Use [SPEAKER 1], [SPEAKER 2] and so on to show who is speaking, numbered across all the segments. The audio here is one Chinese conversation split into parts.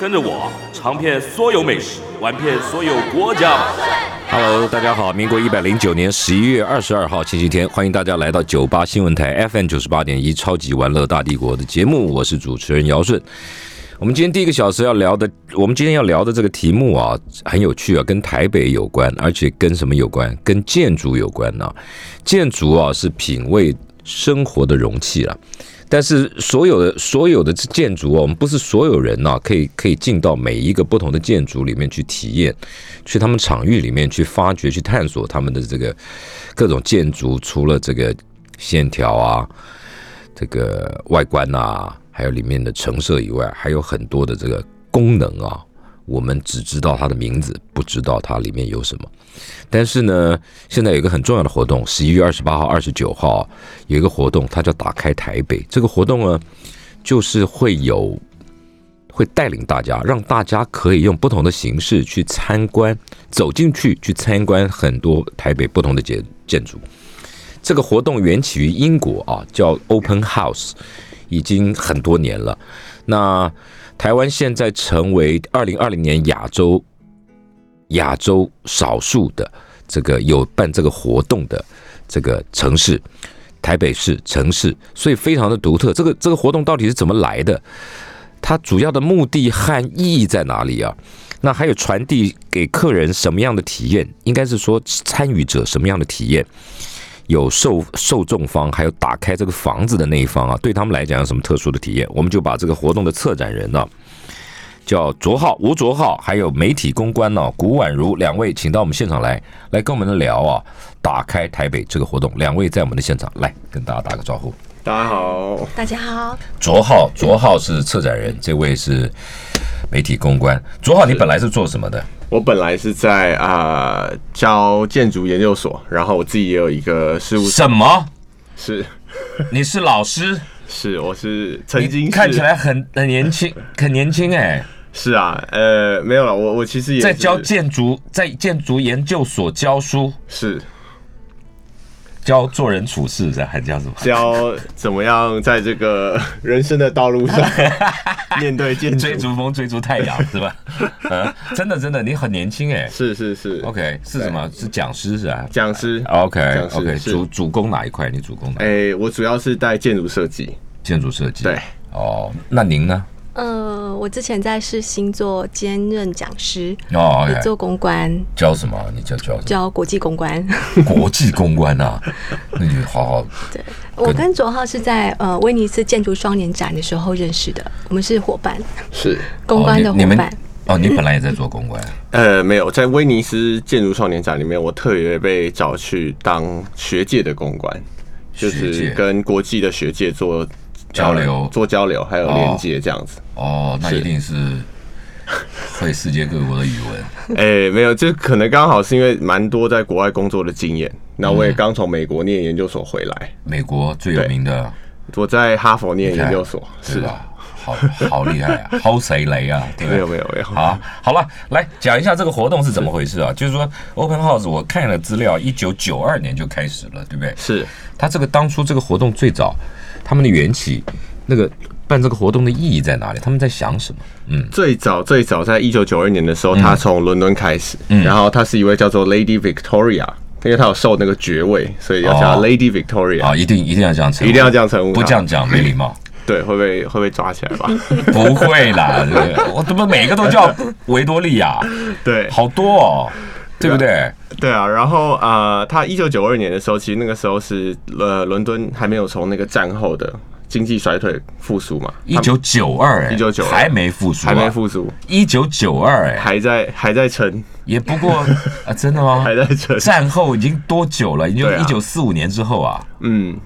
[SPEAKER 1] 跟着我尝遍所有美食，玩遍所有国家吧。
[SPEAKER 2] Hello，大家好，民国一百零九年十一月二十二号星期天，欢迎大家来到九八新闻台 FM 九十八点一超级玩乐大帝国的节目，我是主持人姚顺。我们今天第一个小时要聊的，我们今天要聊的这个题目啊，很有趣啊，跟台北有关，而且跟什么有关？跟建筑有关呢、建筑啊是品味生活的容器了、但是所有的所有的建筑啊，我们不是所有人呐、可以可以进到每一个不同的建筑里面去体验，去他们场域里面去发掘、去探索他们的这个各种建筑，除了这个线条啊、这个外观啊，还有里面的陈设以外，还有很多的这个功能啊。我们只知道它的名字，不知道它里面有什么。但是呢，现在有一个很重要的活动，十一月二十八号、二十九号有一个活动，它叫“打开台北”。这个活动呢，就是会有会带领大家，让大家可以用不同的形式去参观，走进去去参观很多台北不同的建建筑。这个活动缘起于英国啊，叫 Open House，已经很多年了。那台湾现在成为二零二零年亚洲亚洲少数的这个有办这个活动的这个城市，台北市城市，所以非常的独特。这个这个活动到底是怎么来的？它主要的目的和意义在哪里啊？那还有传递给客人什么样的体验？应该是说参与者什么样的体验？有受受众方，还有打开这个房子的那一方啊，对他们来讲有什么特殊的体验？我们就把这个活动的策展人呢、啊叫卓浩、吴卓浩，还有媒体公关呢、古婉如两位，请到我们现场来，来跟我们聊啊，打开台北这个活动。两位在我们的现场来跟大家打个招呼。
[SPEAKER 3] 大家好，
[SPEAKER 4] 大家好，
[SPEAKER 2] 卓浩，卓浩是策展人，这位是媒体公关。卓浩，你本来是做什么的？
[SPEAKER 3] 我本来是在啊、呃教建筑研究所，然后我自己也有一个事务所，
[SPEAKER 2] 什么？
[SPEAKER 3] 是
[SPEAKER 2] 你是老 师？
[SPEAKER 3] 是我是曾经
[SPEAKER 2] 你
[SPEAKER 3] 是
[SPEAKER 2] 看起来很很年轻，很年轻哎、
[SPEAKER 3] 是啊，呃，没有了，我我其实也
[SPEAKER 2] 在
[SPEAKER 3] 是
[SPEAKER 2] 教建筑，在建筑研究所教书，
[SPEAKER 3] 是
[SPEAKER 2] 教做人处事的，还教什么？
[SPEAKER 3] 教怎么样在这个人生的道 路上面对建筑
[SPEAKER 2] 追，逐风，追逐太阳，是 吧？嗯，真的真的，你很年轻哎、
[SPEAKER 3] 是是是
[SPEAKER 2] OK，是什么？是讲师是吧
[SPEAKER 3] 讲师。
[SPEAKER 2] ？OK
[SPEAKER 3] 讲师
[SPEAKER 2] OK，
[SPEAKER 3] 是
[SPEAKER 2] 主主攻哪一块？你主攻哪？
[SPEAKER 3] 哎、我主要是带建筑设计，
[SPEAKER 2] 建筑设计。
[SPEAKER 3] 对。
[SPEAKER 2] 哦，那您呢？
[SPEAKER 4] 呃，我之前在世新做兼任讲师，
[SPEAKER 2] 哦
[SPEAKER 4] 也
[SPEAKER 2] ，OK，
[SPEAKER 4] 做公关，
[SPEAKER 2] 教什么？你教教什
[SPEAKER 4] 教国际 公关。
[SPEAKER 2] 么？国际公关啊？那你好好
[SPEAKER 4] 对，我跟卓浩是在呃威尼斯建筑双年展的时候认识的，我们是伙伴，
[SPEAKER 3] 是
[SPEAKER 4] 公关的
[SPEAKER 2] 哦
[SPEAKER 4] 伙
[SPEAKER 2] 你你们
[SPEAKER 4] 伴。
[SPEAKER 2] 哦，你本来也在做公关，
[SPEAKER 3] 呃，没有在威尼斯建筑少年展里面，我特别被找去当学界的公关，就
[SPEAKER 2] 学
[SPEAKER 3] 是
[SPEAKER 2] 界
[SPEAKER 3] 跟国际的学界做
[SPEAKER 2] 交流
[SPEAKER 3] 呃做交流，还有连接这样子。
[SPEAKER 2] 哦，那
[SPEAKER 3] 是
[SPEAKER 2] 一定是会世界各国的语文。
[SPEAKER 3] 哎、没有，这可能刚好是因为蛮多在国外工作的经验。那我也刚从美国念研究所回来，
[SPEAKER 2] 美国最有名的
[SPEAKER 3] 我在哈佛念研究所，
[SPEAKER 2] 是
[SPEAKER 3] 是啊，
[SPEAKER 2] 吧？好好厉害啊，薅谁雷啊，对不
[SPEAKER 3] 没有
[SPEAKER 2] 对？
[SPEAKER 3] 没有没有，
[SPEAKER 2] 好，好了，来讲一下这个活动是怎么回事啊？就是说，Open House 我看了资料，一九九二年就开始了，对不对？
[SPEAKER 3] 是
[SPEAKER 2] 他这个当初这个活动最早，他们的缘起，那个办这个活动的意义在哪里？他们在想什么？
[SPEAKER 3] 最早最早在一九九二年的时
[SPEAKER 2] 嗯
[SPEAKER 3] 候，他从伦敦开始，然后他是一位叫做 Lady Victoria，因为他有受那个爵位，所以要叫
[SPEAKER 2] 哦
[SPEAKER 3] Lady Victoria，、
[SPEAKER 2] 啊，一定一定要这样称呼，
[SPEAKER 3] 一定要这样称呼他，
[SPEAKER 2] 不这样讲没礼 貌。
[SPEAKER 3] 对会被会被抓起来吧？
[SPEAKER 2] 不会啦，对不对我怎么每个都叫维多利亚？
[SPEAKER 3] 对，
[SPEAKER 2] 好多哦，对不对？
[SPEAKER 3] 对啊，然后呃，他一九九二年的时候，其实那个时候是呃伦敦还没有从那个战后的经济衰退复苏嘛，
[SPEAKER 2] 一九九二，哎
[SPEAKER 3] 1992
[SPEAKER 2] 还没复苏、啊，
[SPEAKER 3] 还没复苏，
[SPEAKER 2] 一九九二，哎，
[SPEAKER 3] 还在还在撑，
[SPEAKER 2] 也不过啊，真的吗？
[SPEAKER 3] 还在撑，
[SPEAKER 2] 战后已经多久了？已经
[SPEAKER 3] 对啊
[SPEAKER 2] 一九四五年之后啊，
[SPEAKER 3] 嗯。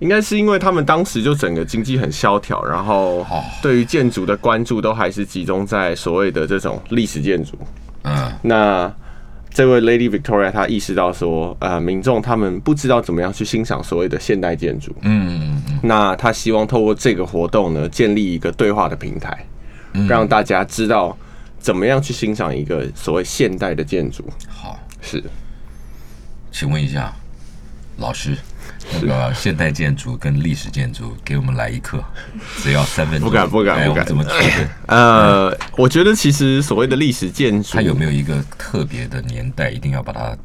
[SPEAKER 3] 应该是因为他们当时就整个经济很萧条，然
[SPEAKER 2] 哦
[SPEAKER 3] 后对于建筑的关注都还是集中在所谓的这种历史建筑，
[SPEAKER 2] 嗯
[SPEAKER 3] 那这位 Lady Victoria 她意识到说，呃，民众他们不知道怎么样去欣赏所谓的现代建筑，
[SPEAKER 2] 嗯嗯
[SPEAKER 3] 那她希望透过这个活动呢，建立一个对话的平台，
[SPEAKER 2] 嗯
[SPEAKER 3] 让大家知道怎么样去欣赏一个所谓现代的建筑。
[SPEAKER 2] 好，
[SPEAKER 3] 是，
[SPEAKER 2] 请问一下老师，那个现代建筑跟历史建筑，给我们来一课，只要三分钟，
[SPEAKER 3] 不敢不敢
[SPEAKER 2] 哎
[SPEAKER 3] 不
[SPEAKER 2] 我们
[SPEAKER 3] 敢
[SPEAKER 2] 怎么区分？
[SPEAKER 3] 呃，我觉得其实所谓的历史建筑，
[SPEAKER 2] 嗯它有没有一个特别的年代，一定要把它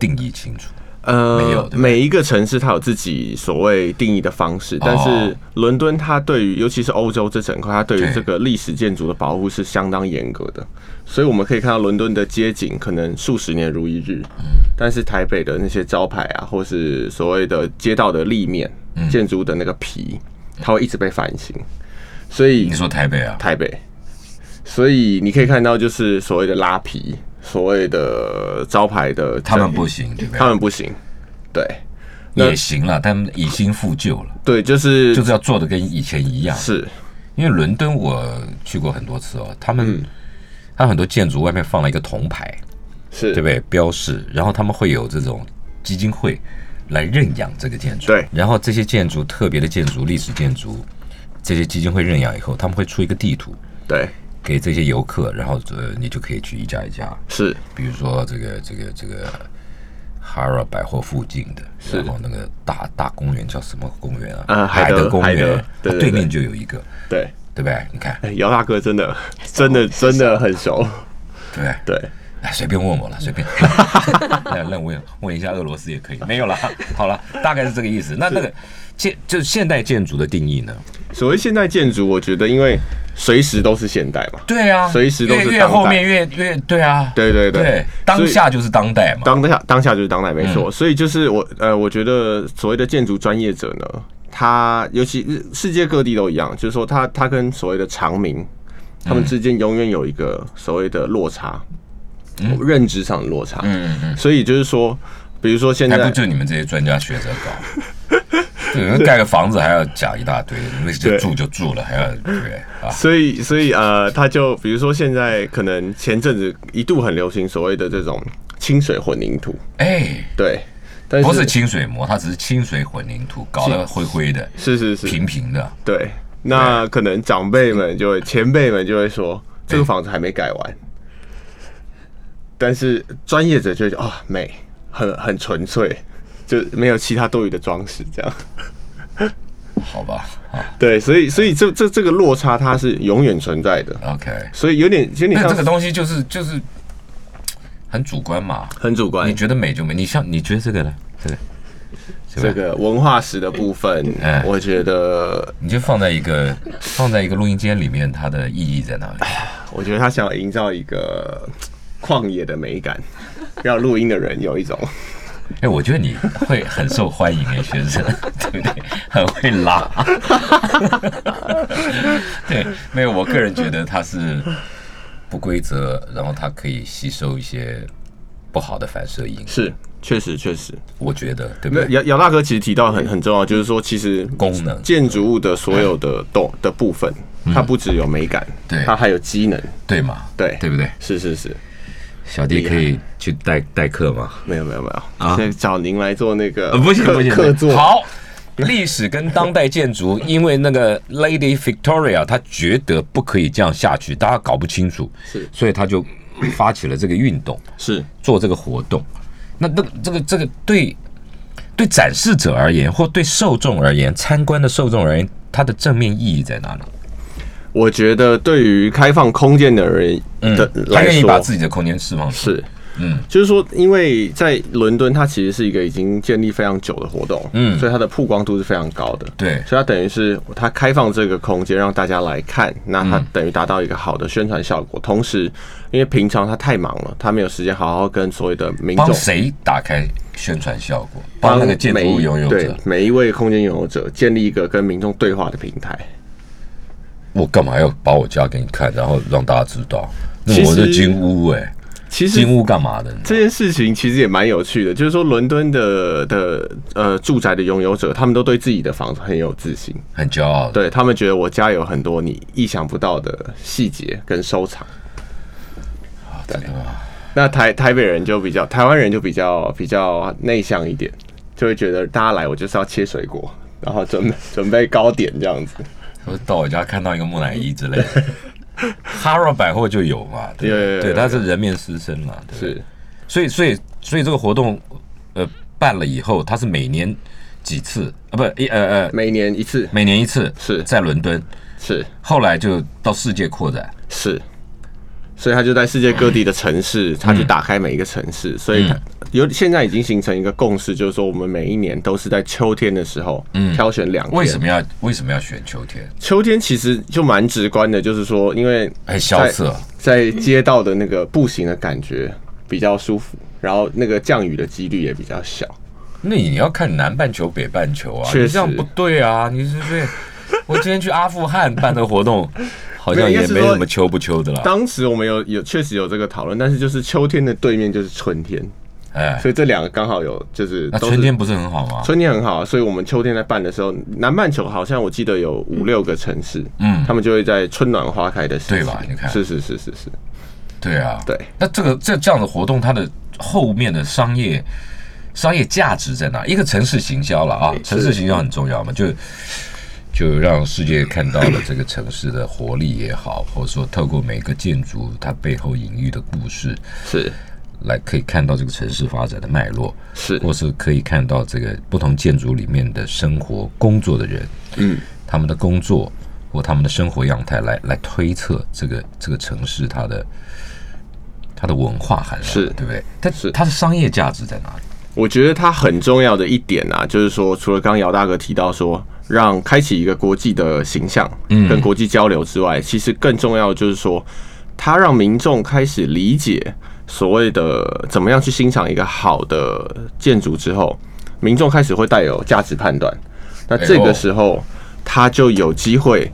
[SPEAKER 2] 定义清楚？
[SPEAKER 3] 呃，
[SPEAKER 2] 没有对吧
[SPEAKER 3] 每一个城市它有自己所谓定义的方式，但是伦敦它对于，尤其是欧洲这整块，它对于
[SPEAKER 2] 哦对
[SPEAKER 3] 这个历史建筑的保护是相当严格的。所以我们可以看到伦敦的街景可能数十年如一日，
[SPEAKER 2] 嗯
[SPEAKER 3] 但是台北的那些招牌啊，或是所谓的街道的立面、
[SPEAKER 2] 嗯
[SPEAKER 3] 建筑的那个皮，它会一直被翻新。所以
[SPEAKER 2] 你说台北啊？
[SPEAKER 3] 嗯台北，所以你可以看到就是所谓的拉皮，所谓的招牌的，
[SPEAKER 2] 他们不行，对不
[SPEAKER 3] 他
[SPEAKER 2] 对？
[SPEAKER 3] 们不行，对那
[SPEAKER 2] 也行了，他们以新复旧了，
[SPEAKER 3] 对，就是
[SPEAKER 2] 就是要做的跟以前一样。
[SPEAKER 3] 是
[SPEAKER 2] 因为伦敦我去过很多次哦，他
[SPEAKER 3] 嗯
[SPEAKER 2] 们它很多建筑外面放了一个铜牌，
[SPEAKER 3] 是
[SPEAKER 2] 对不对？标示，然后他们会有这种基金会来认养这个建筑，
[SPEAKER 3] 对
[SPEAKER 2] 然后这些建筑特别的建筑、历史建筑，这些基金会认养以后，他们会出一个地图
[SPEAKER 3] 对
[SPEAKER 2] 给这些游客，然后呃，你就可以去一家一家，
[SPEAKER 3] 是
[SPEAKER 2] 比如说这个这个这个哈尔百货附近的，然后那个大大公园叫什么公园啊？
[SPEAKER 3] 呃海
[SPEAKER 2] 海
[SPEAKER 3] 德
[SPEAKER 2] 德公
[SPEAKER 3] 海德
[SPEAKER 2] 园，
[SPEAKER 3] 对
[SPEAKER 2] 它对
[SPEAKER 3] 对对
[SPEAKER 2] 面就有一个，
[SPEAKER 3] 对。
[SPEAKER 2] 对不对？你看，
[SPEAKER 3] 哎，姚大哥真的真的
[SPEAKER 2] 啊
[SPEAKER 3] 真的很熟，
[SPEAKER 2] 对不对？
[SPEAKER 3] 对，
[SPEAKER 2] 哎，随便问我了，随便， 哎那那问问一下俄罗斯也可以，没有了， 好了，大概是这个意思。那那个建就是现代建筑的定义呢？
[SPEAKER 3] 所谓现代建筑，我觉得因为随时都是现代嘛，
[SPEAKER 2] 对啊，
[SPEAKER 3] 随时都是
[SPEAKER 2] 越越
[SPEAKER 3] 当代
[SPEAKER 2] 后面越越对啊，
[SPEAKER 3] 对对对
[SPEAKER 2] 当下就是当代嘛，
[SPEAKER 3] 当下当下就是当代没
[SPEAKER 2] 嗯
[SPEAKER 3] 错，所以就是我呃，我觉得所谓的建筑专业者呢，他尤其日世界各地都一样，就是说他他跟所谓的常民，他
[SPEAKER 2] 嗯
[SPEAKER 3] 们之间永远有一个所谓的落差，认知上的落差。
[SPEAKER 2] 嗯嗯
[SPEAKER 3] 所以就是说，比如说现
[SPEAKER 2] 嗯，还不
[SPEAKER 3] 在
[SPEAKER 2] 就你们这些专家学者搞。 对，人盖个房子还要讲一大堆，那就
[SPEAKER 3] 对
[SPEAKER 2] 住就住了，还要对啊，
[SPEAKER 3] 所以，所以呃，他就比如说，现在可能前阵子一度很流行所谓的这种清水混凝土，
[SPEAKER 2] 哎，
[SPEAKER 3] 对，但是
[SPEAKER 2] 哦不是清水模，它只是清水混凝土，搞得灰灰的、
[SPEAKER 3] 是是是，
[SPEAKER 2] 平平的，
[SPEAKER 3] 对，那可能长辈们就会前辈们就会说，这个房子还没盖完，但是专业者就会觉得啊、美，很很纯粹，就没有其他多余的装饰这样。
[SPEAKER 2] 好吧？啊
[SPEAKER 3] 对，所以所以这这这个落差它是永远存在的，
[SPEAKER 2] ，OK。
[SPEAKER 3] 所以有点有点
[SPEAKER 2] 那
[SPEAKER 3] 像
[SPEAKER 2] 这个东西就是就是很主观嘛，
[SPEAKER 3] 很主观
[SPEAKER 2] 你觉得美就美，你像你觉得这个呢？这个，这
[SPEAKER 3] 这
[SPEAKER 2] 个，
[SPEAKER 3] 个文化史的部分
[SPEAKER 2] 哎，
[SPEAKER 3] 我觉得，
[SPEAKER 2] 你就放在一个放在一个录音间里面，它的意义在哪里？
[SPEAKER 3] 我觉得他想要营造一个 嘖旷野的美感，让录音的人有一种，
[SPEAKER 2] 哎，我觉得你会很受欢迎哎，学生， 对不对？很会拉，对，没有，我个人觉得它是不规则，然后它可以吸收一些不好的反射音，
[SPEAKER 3] 是，确实确实。
[SPEAKER 2] 我觉得，对不
[SPEAKER 3] 那
[SPEAKER 2] 对？
[SPEAKER 3] 姚姚大哥其实提到很很重要，就是说，其实
[SPEAKER 2] 功能嗯
[SPEAKER 3] 建筑物的所有的动的部分，它不只有美感，
[SPEAKER 2] 对
[SPEAKER 3] 它还有机能，
[SPEAKER 2] 对嘛？
[SPEAKER 3] 对
[SPEAKER 2] 对不对？
[SPEAKER 3] 是是是，
[SPEAKER 2] 小弟可以去代代课吗？
[SPEAKER 3] 没有没有没有，现在找您来做那
[SPEAKER 2] 啊
[SPEAKER 3] 个
[SPEAKER 2] 呃，不行
[SPEAKER 3] 客
[SPEAKER 2] 不行，
[SPEAKER 3] 客座，
[SPEAKER 2] 好， 历史跟当代建筑，因为那个 Lady Victoria 她觉得不可以这样下去，大家搞不清楚，
[SPEAKER 3] 是
[SPEAKER 2] 所以她就发起了这个运动，
[SPEAKER 3] 是
[SPEAKER 2] 做这个活动。那那这个这个对对展示者而言，或对受众而言，参观的受众而言，它的正面意义在哪里？
[SPEAKER 3] 我觉得对于开放空间的人的
[SPEAKER 2] 嗯他
[SPEAKER 3] 来
[SPEAKER 2] 愿意
[SPEAKER 3] 说，
[SPEAKER 2] 把自己的空间释放出来。
[SPEAKER 3] 是，嗯，就是说，因为在伦敦，它其实是一个已经建立非常久的活动，
[SPEAKER 2] 嗯
[SPEAKER 3] 所以它的曝光度是非常高的，
[SPEAKER 2] 对
[SPEAKER 3] 所以它等于是它开放这个空间让大家来看，那
[SPEAKER 2] 嗯
[SPEAKER 3] 它等于达到一个好的宣传效果。同时，因为平常他太忙了，他没有时间好好跟所有的民
[SPEAKER 2] 帮
[SPEAKER 3] 众。
[SPEAKER 2] 谁打开宣传效果？帮那个建筑
[SPEAKER 3] 每
[SPEAKER 2] 物
[SPEAKER 3] 一
[SPEAKER 2] 拥有
[SPEAKER 3] 对
[SPEAKER 2] 者。
[SPEAKER 3] 每一位空间拥有者建立一个跟民众对话的平台，
[SPEAKER 2] 我干嘛要把我家给你看，然后让大家知道？那
[SPEAKER 3] 其实
[SPEAKER 2] 我的金屋哎、
[SPEAKER 3] 其实
[SPEAKER 2] 金屋干嘛的呢？
[SPEAKER 3] 这件事情其实也蛮有趣的，就是说伦敦的的呃住宅的拥有者，他们都对自己的房子很有自信，
[SPEAKER 2] 很骄傲的。
[SPEAKER 3] 对他们觉得我家有很多你意想不到的细节跟收藏，对。那台台北人就比较，台湾人就比较比较内向一点，就会觉得大家来我就是要切水果，然后准备准备糕点这样子。
[SPEAKER 2] 我到我家看到一个木乃伊之类 的。哈罗百货就有嘛，对不
[SPEAKER 3] 有有
[SPEAKER 2] 对
[SPEAKER 3] 有
[SPEAKER 2] 对，
[SPEAKER 3] 有
[SPEAKER 2] 它是人面狮身嘛，对不对
[SPEAKER 3] 是，
[SPEAKER 2] 所以所以所以这个活动呃办了以后，它是每年几次啊？不，一呃呃，
[SPEAKER 3] 每年一次，
[SPEAKER 2] 每年一次
[SPEAKER 3] 是
[SPEAKER 2] 在伦敦，
[SPEAKER 3] 是
[SPEAKER 2] 后来就到世界扩展。
[SPEAKER 3] 是，所以他就在世界各地的城
[SPEAKER 2] 嗯
[SPEAKER 3] 市，他去打开每一个城市，所以他有现在已经形成一个共识，就是说我们每一年都是在秋天的时候，挑选两
[SPEAKER 2] 嗯
[SPEAKER 3] 天。
[SPEAKER 2] 为什么要为什么要选秋天？
[SPEAKER 3] 秋天其实就蛮直观的，就是说，因为
[SPEAKER 2] 很哎萧瑟
[SPEAKER 3] 在，在街道的那个步行的感觉比较舒服，然后那个降雨的几率也比较小。
[SPEAKER 2] 那你要看南半球、北半球啊，
[SPEAKER 3] 确
[SPEAKER 2] 你
[SPEAKER 3] 实
[SPEAKER 2] 这样不对啊，你是不是？我今天去阿富汗办的活动，好像
[SPEAKER 3] 没有
[SPEAKER 2] 也
[SPEAKER 3] 应该是
[SPEAKER 2] 没
[SPEAKER 3] 说
[SPEAKER 2] 什么秋不秋的了。
[SPEAKER 3] 当时我们有有确实有这个讨论，但是就是秋天的对面就是春天，
[SPEAKER 2] 哎，
[SPEAKER 3] 所以这两个刚好有就是
[SPEAKER 2] 那
[SPEAKER 3] 都是
[SPEAKER 2] 春天不是很好吗？
[SPEAKER 3] 春天很好，所以我们秋天在办的时候，南半球好像我记得有五六个城市，
[SPEAKER 2] 嗯
[SPEAKER 3] 他们就会在春暖花开的时
[SPEAKER 2] 对
[SPEAKER 3] 期
[SPEAKER 2] 吧你看
[SPEAKER 3] 是是是是是，
[SPEAKER 2] 对啊，
[SPEAKER 3] 对。
[SPEAKER 2] 那这个这这样的活动，它的后面的商业商业价值在哪？一个城市行销了啊，城市行销很重要嘛，就就让世界看到了这个城市的活力也好，或者说透过每个建筑它背后隐喻的故事，
[SPEAKER 3] 是
[SPEAKER 2] 来可以看到这个城市发展的脉络，
[SPEAKER 3] 是
[SPEAKER 2] 或是可以看到这个不同建筑里面的生活、工作的人，嗯，他们的工作或他们的生活样态来来推测这个这个城市它的它的文化含量，
[SPEAKER 3] 是
[SPEAKER 2] 对不对？但
[SPEAKER 3] 是
[SPEAKER 2] 它的商业价值在哪里？
[SPEAKER 3] 我觉得它很重要的一点啊，就是说，除了刚刚姚大哥提到说让开启一个国际的形象，嗯，跟国际交流之外，其实更重要的就是说，它让民众开始理解所谓的怎么样去欣赏一个好的建筑之后，民众开始会带有价值判断。那这
[SPEAKER 2] 哎呦
[SPEAKER 3] 个时候，他就有机会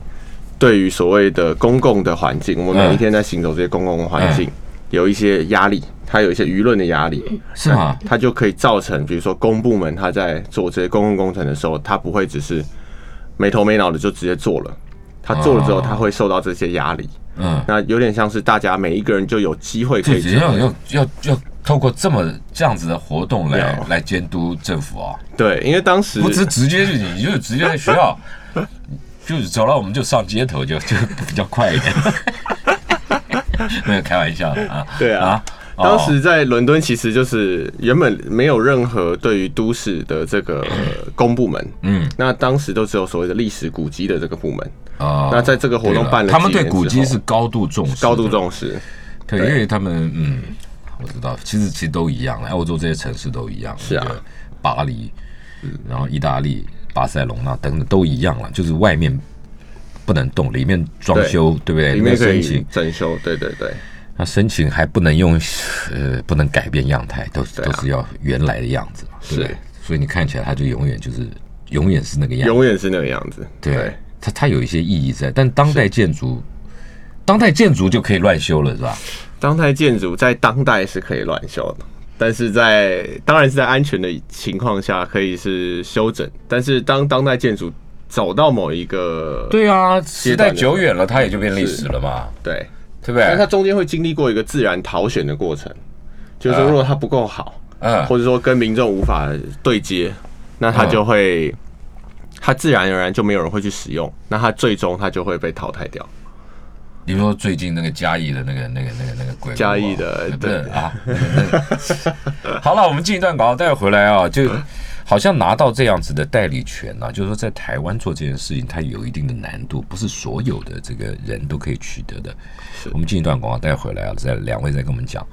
[SPEAKER 3] 对于所谓的公共的环境，我们每一天在行走这些公共的环境，有一些压力，它有一些舆论的压力。
[SPEAKER 2] 是吗？
[SPEAKER 3] 它就可以造成，比如说公部门它在做这些公共工程的时候，它不会只是没头没脑的就直接做了，它做了之后，
[SPEAKER 2] 哦
[SPEAKER 3] 它会受到这些压力。
[SPEAKER 2] 嗯，
[SPEAKER 3] 那有点像是大家每一个人就有机会可
[SPEAKER 2] 就
[SPEAKER 3] 以
[SPEAKER 2] 只
[SPEAKER 3] 成
[SPEAKER 2] 要
[SPEAKER 3] 为
[SPEAKER 2] 要要要透过这么这样子的活动来
[SPEAKER 3] 要
[SPEAKER 2] 来监督政府啊、
[SPEAKER 3] 对，因为当时
[SPEAKER 2] 不是直接就你就直接在学校， 就是走了我们就上街头就就 比较快 一点。没有开玩笑的啊，
[SPEAKER 3] 对啊，
[SPEAKER 2] 哦
[SPEAKER 3] 当时在伦敦其实就是原本没有任何对于都市的这个呃公部门，嗯，那当时都只有所谓的历史古迹的这个部门，
[SPEAKER 2] 啊
[SPEAKER 3] 那在这个活动办了
[SPEAKER 2] 他们
[SPEAKER 3] 几
[SPEAKER 2] 对
[SPEAKER 3] 年
[SPEAKER 2] 古
[SPEAKER 3] 之
[SPEAKER 2] 迹
[SPEAKER 3] 后
[SPEAKER 2] 是高度重视的，
[SPEAKER 3] 高度重视，
[SPEAKER 2] 对，因为他们嗯，我知道，其实其实都一样，欧洲这些城市都一样，是
[SPEAKER 3] 啊，
[SPEAKER 2] 巴黎，然后意大利、巴塞隆纳等等都一样了，就是外面不能动，里面装
[SPEAKER 3] 对
[SPEAKER 2] 修，对不对？
[SPEAKER 3] 里面
[SPEAKER 2] 要
[SPEAKER 3] 可
[SPEAKER 2] 申请
[SPEAKER 3] 以整修，对对对，
[SPEAKER 2] 那申请还不能用，呃，不能改变样态，都是、
[SPEAKER 3] 对啊
[SPEAKER 2] 都是要原来的样子嘛，对不对
[SPEAKER 3] 是
[SPEAKER 2] 所以你看起来它就永远就是永远是那个样子，
[SPEAKER 3] 永远是那个样子，
[SPEAKER 2] 对，它它有一些意义在，但当代建筑，当代建筑就可以乱修了，是吧？
[SPEAKER 3] 当代建筑在当代是可以乱修的，但是在当然是在安全的情况下可以是修整，但是当当代建筑走到某一个
[SPEAKER 2] 对啊，时
[SPEAKER 3] 阶
[SPEAKER 2] 代
[SPEAKER 3] 段的
[SPEAKER 2] 久远了，它也就变历史了嘛，
[SPEAKER 3] 对，
[SPEAKER 2] 对不
[SPEAKER 3] 但是它
[SPEAKER 2] 对？
[SPEAKER 3] 中间会经历过一个自然淘选的过程，就是说如果它不够好，
[SPEAKER 2] 嗯，
[SPEAKER 3] 或者说跟民众无法对接，那它就会。它自然而然就没有人会去使用，那它最终它就会被淘汰掉。
[SPEAKER 2] 你说最近那个嘉义的那个那个那个那个鬼屋啊
[SPEAKER 3] 嘉义的
[SPEAKER 2] 不
[SPEAKER 3] 对
[SPEAKER 2] 是啊？那个那个 好了，我们进一段广告，待会回来啊，就好像拿到这样子的代理权呢、就是说在台湾做这件事情，它有一定的难度，不是所有的这个人都可以取得的。我们进一段广告，待会回来啊，再两位再跟我们讲。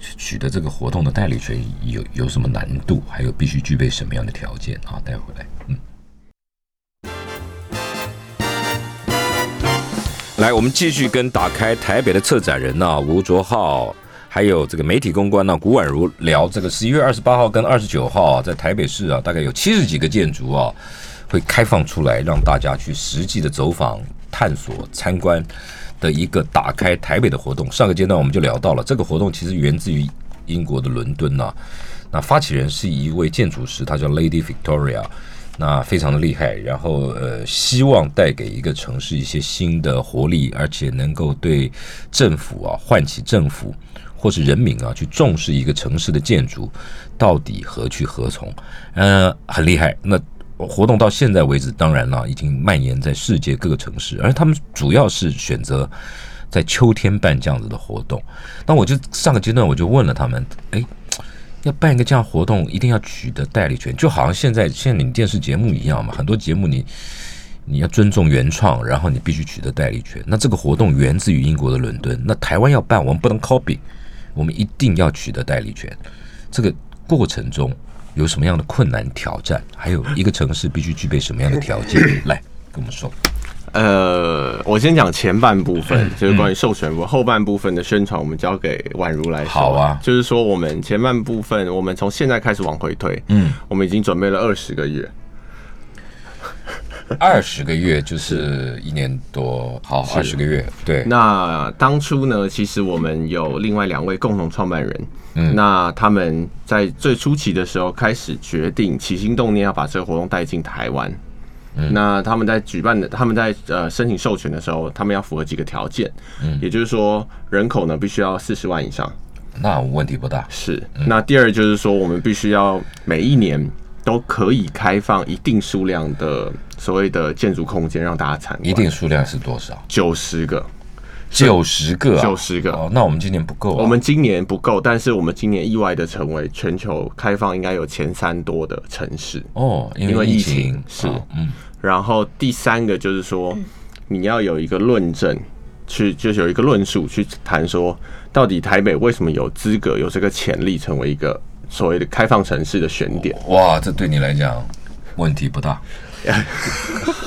[SPEAKER 2] 取取得这个活动的代理权有有什么难度，还有必须具备什么样的条件啊？待会回来，嗯。
[SPEAKER 5] 来，我们继续跟打开台北的策展人呢、啊吴卓浩，还有这个媒体公关呢、古婉如聊这个啊十一月二十八号跟二十九号、啊、在台北市啊，大概有七十几个建筑啊会开放出来，让大家去实际的走访、探索、参观的一个打开台北的活动。上个阶段我们就聊到了这个活动，其实源自于啊英国的伦敦呐、那发起人是一位建筑师，他叫 Lady Victoria。
[SPEAKER 2] 那非常的厉害。然后呃，希望带给一个城市一些新的活力，而且能够对政府啊唤起政府或是人民啊去重视一个城市的建筑到底何去何从，呃，很厉害。那活动到现在为止，当然了，已经蔓延在世界各个城市，而他们主要是选择在秋天办这样子的活动。那我就上个阶段我就问了他们，哎，要办一个这样活动，一定要取得代理权，就好像现在现在你电视节目一样嘛，很多节目你你要尊重原创，然后你必须取得代理权。那这个活动源自于英国的伦敦，那台湾要办，我们不能 copy，我们一定要取得代理权。这个过程中有什么样的困难挑战，还有一个城市必须具备什么样的条件，来跟我们说。
[SPEAKER 3] 呃，我先讲前半部分，就是关于授权部，后半部分的宣传我们交给宛如来说。
[SPEAKER 2] 好啊
[SPEAKER 3] 就是说我们前半部分，我们从现在开始往回推，
[SPEAKER 2] 嗯，
[SPEAKER 3] 我们已经准备了二十个月，
[SPEAKER 2] 二十个月就是一年多，好，二十个月，对，
[SPEAKER 3] 那当初呢，其实我们有另外两位共同创办人，嗯，那他们在最初期的时候开始决定起心动念要把这个活动带进台湾。那他们在举办的，他们在呃申请授权的时候，他们要符合几个条件，嗯，也就是说人口呢必须要四十万以上，
[SPEAKER 2] 那问题不大。
[SPEAKER 3] 是。
[SPEAKER 2] 嗯
[SPEAKER 3] 那第二就是说，我们必须要每一年都可以开放一定数量的所谓的建筑空间让大家参观，
[SPEAKER 2] 一定数量是多少？
[SPEAKER 3] 九十个，
[SPEAKER 2] 九十个、啊，
[SPEAKER 3] 90个
[SPEAKER 2] 哦，那我们今年不够、啊。
[SPEAKER 3] 我们今年不够，但是我们今年意外的成为全球开放应该有前三多的城市。
[SPEAKER 2] 哦，因
[SPEAKER 3] 因
[SPEAKER 2] 为
[SPEAKER 3] 为
[SPEAKER 2] 疫
[SPEAKER 3] 疫
[SPEAKER 2] 情
[SPEAKER 3] 情是
[SPEAKER 2] 哦嗯，
[SPEAKER 3] 然后第三个就是说，你要有一个论证，去就是有一个论述去谈说，到底台北为什么有资格、有这个潜力成为一个所谓的开放城市的选点？
[SPEAKER 2] 哇，这对你来讲问题不大。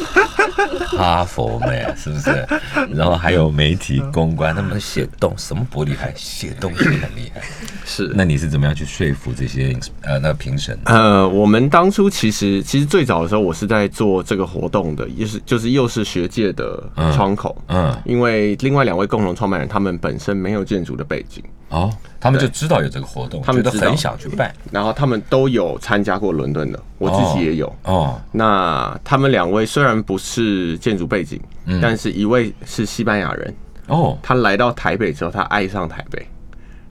[SPEAKER 2] 哈佛妹是不是？然后还有媒体公关，他们写东什么不厉害，写东西很厉害。
[SPEAKER 3] 是
[SPEAKER 2] 那你是怎么样去说服这些呃那个评审？
[SPEAKER 3] 呃，我们当初其实其实最早的时候，我是在做这个活动的，也是就是又是学界的窗口。
[SPEAKER 2] 嗯，
[SPEAKER 3] 因为另外两位共同创办人，他们本身没有建筑的背景，
[SPEAKER 2] 哦，他们就知道有这个活动，
[SPEAKER 3] 他们
[SPEAKER 2] 觉得
[SPEAKER 3] 知道
[SPEAKER 2] 很想去办。
[SPEAKER 3] 然后他们都有参加过伦敦的，我自己也有。
[SPEAKER 2] 哦，
[SPEAKER 3] 那他们两位虽然不是建筑背景，
[SPEAKER 2] 嗯
[SPEAKER 3] 但是一位是西班牙人，
[SPEAKER 2] 哦，
[SPEAKER 3] 他来到台北之后，他爱上台北，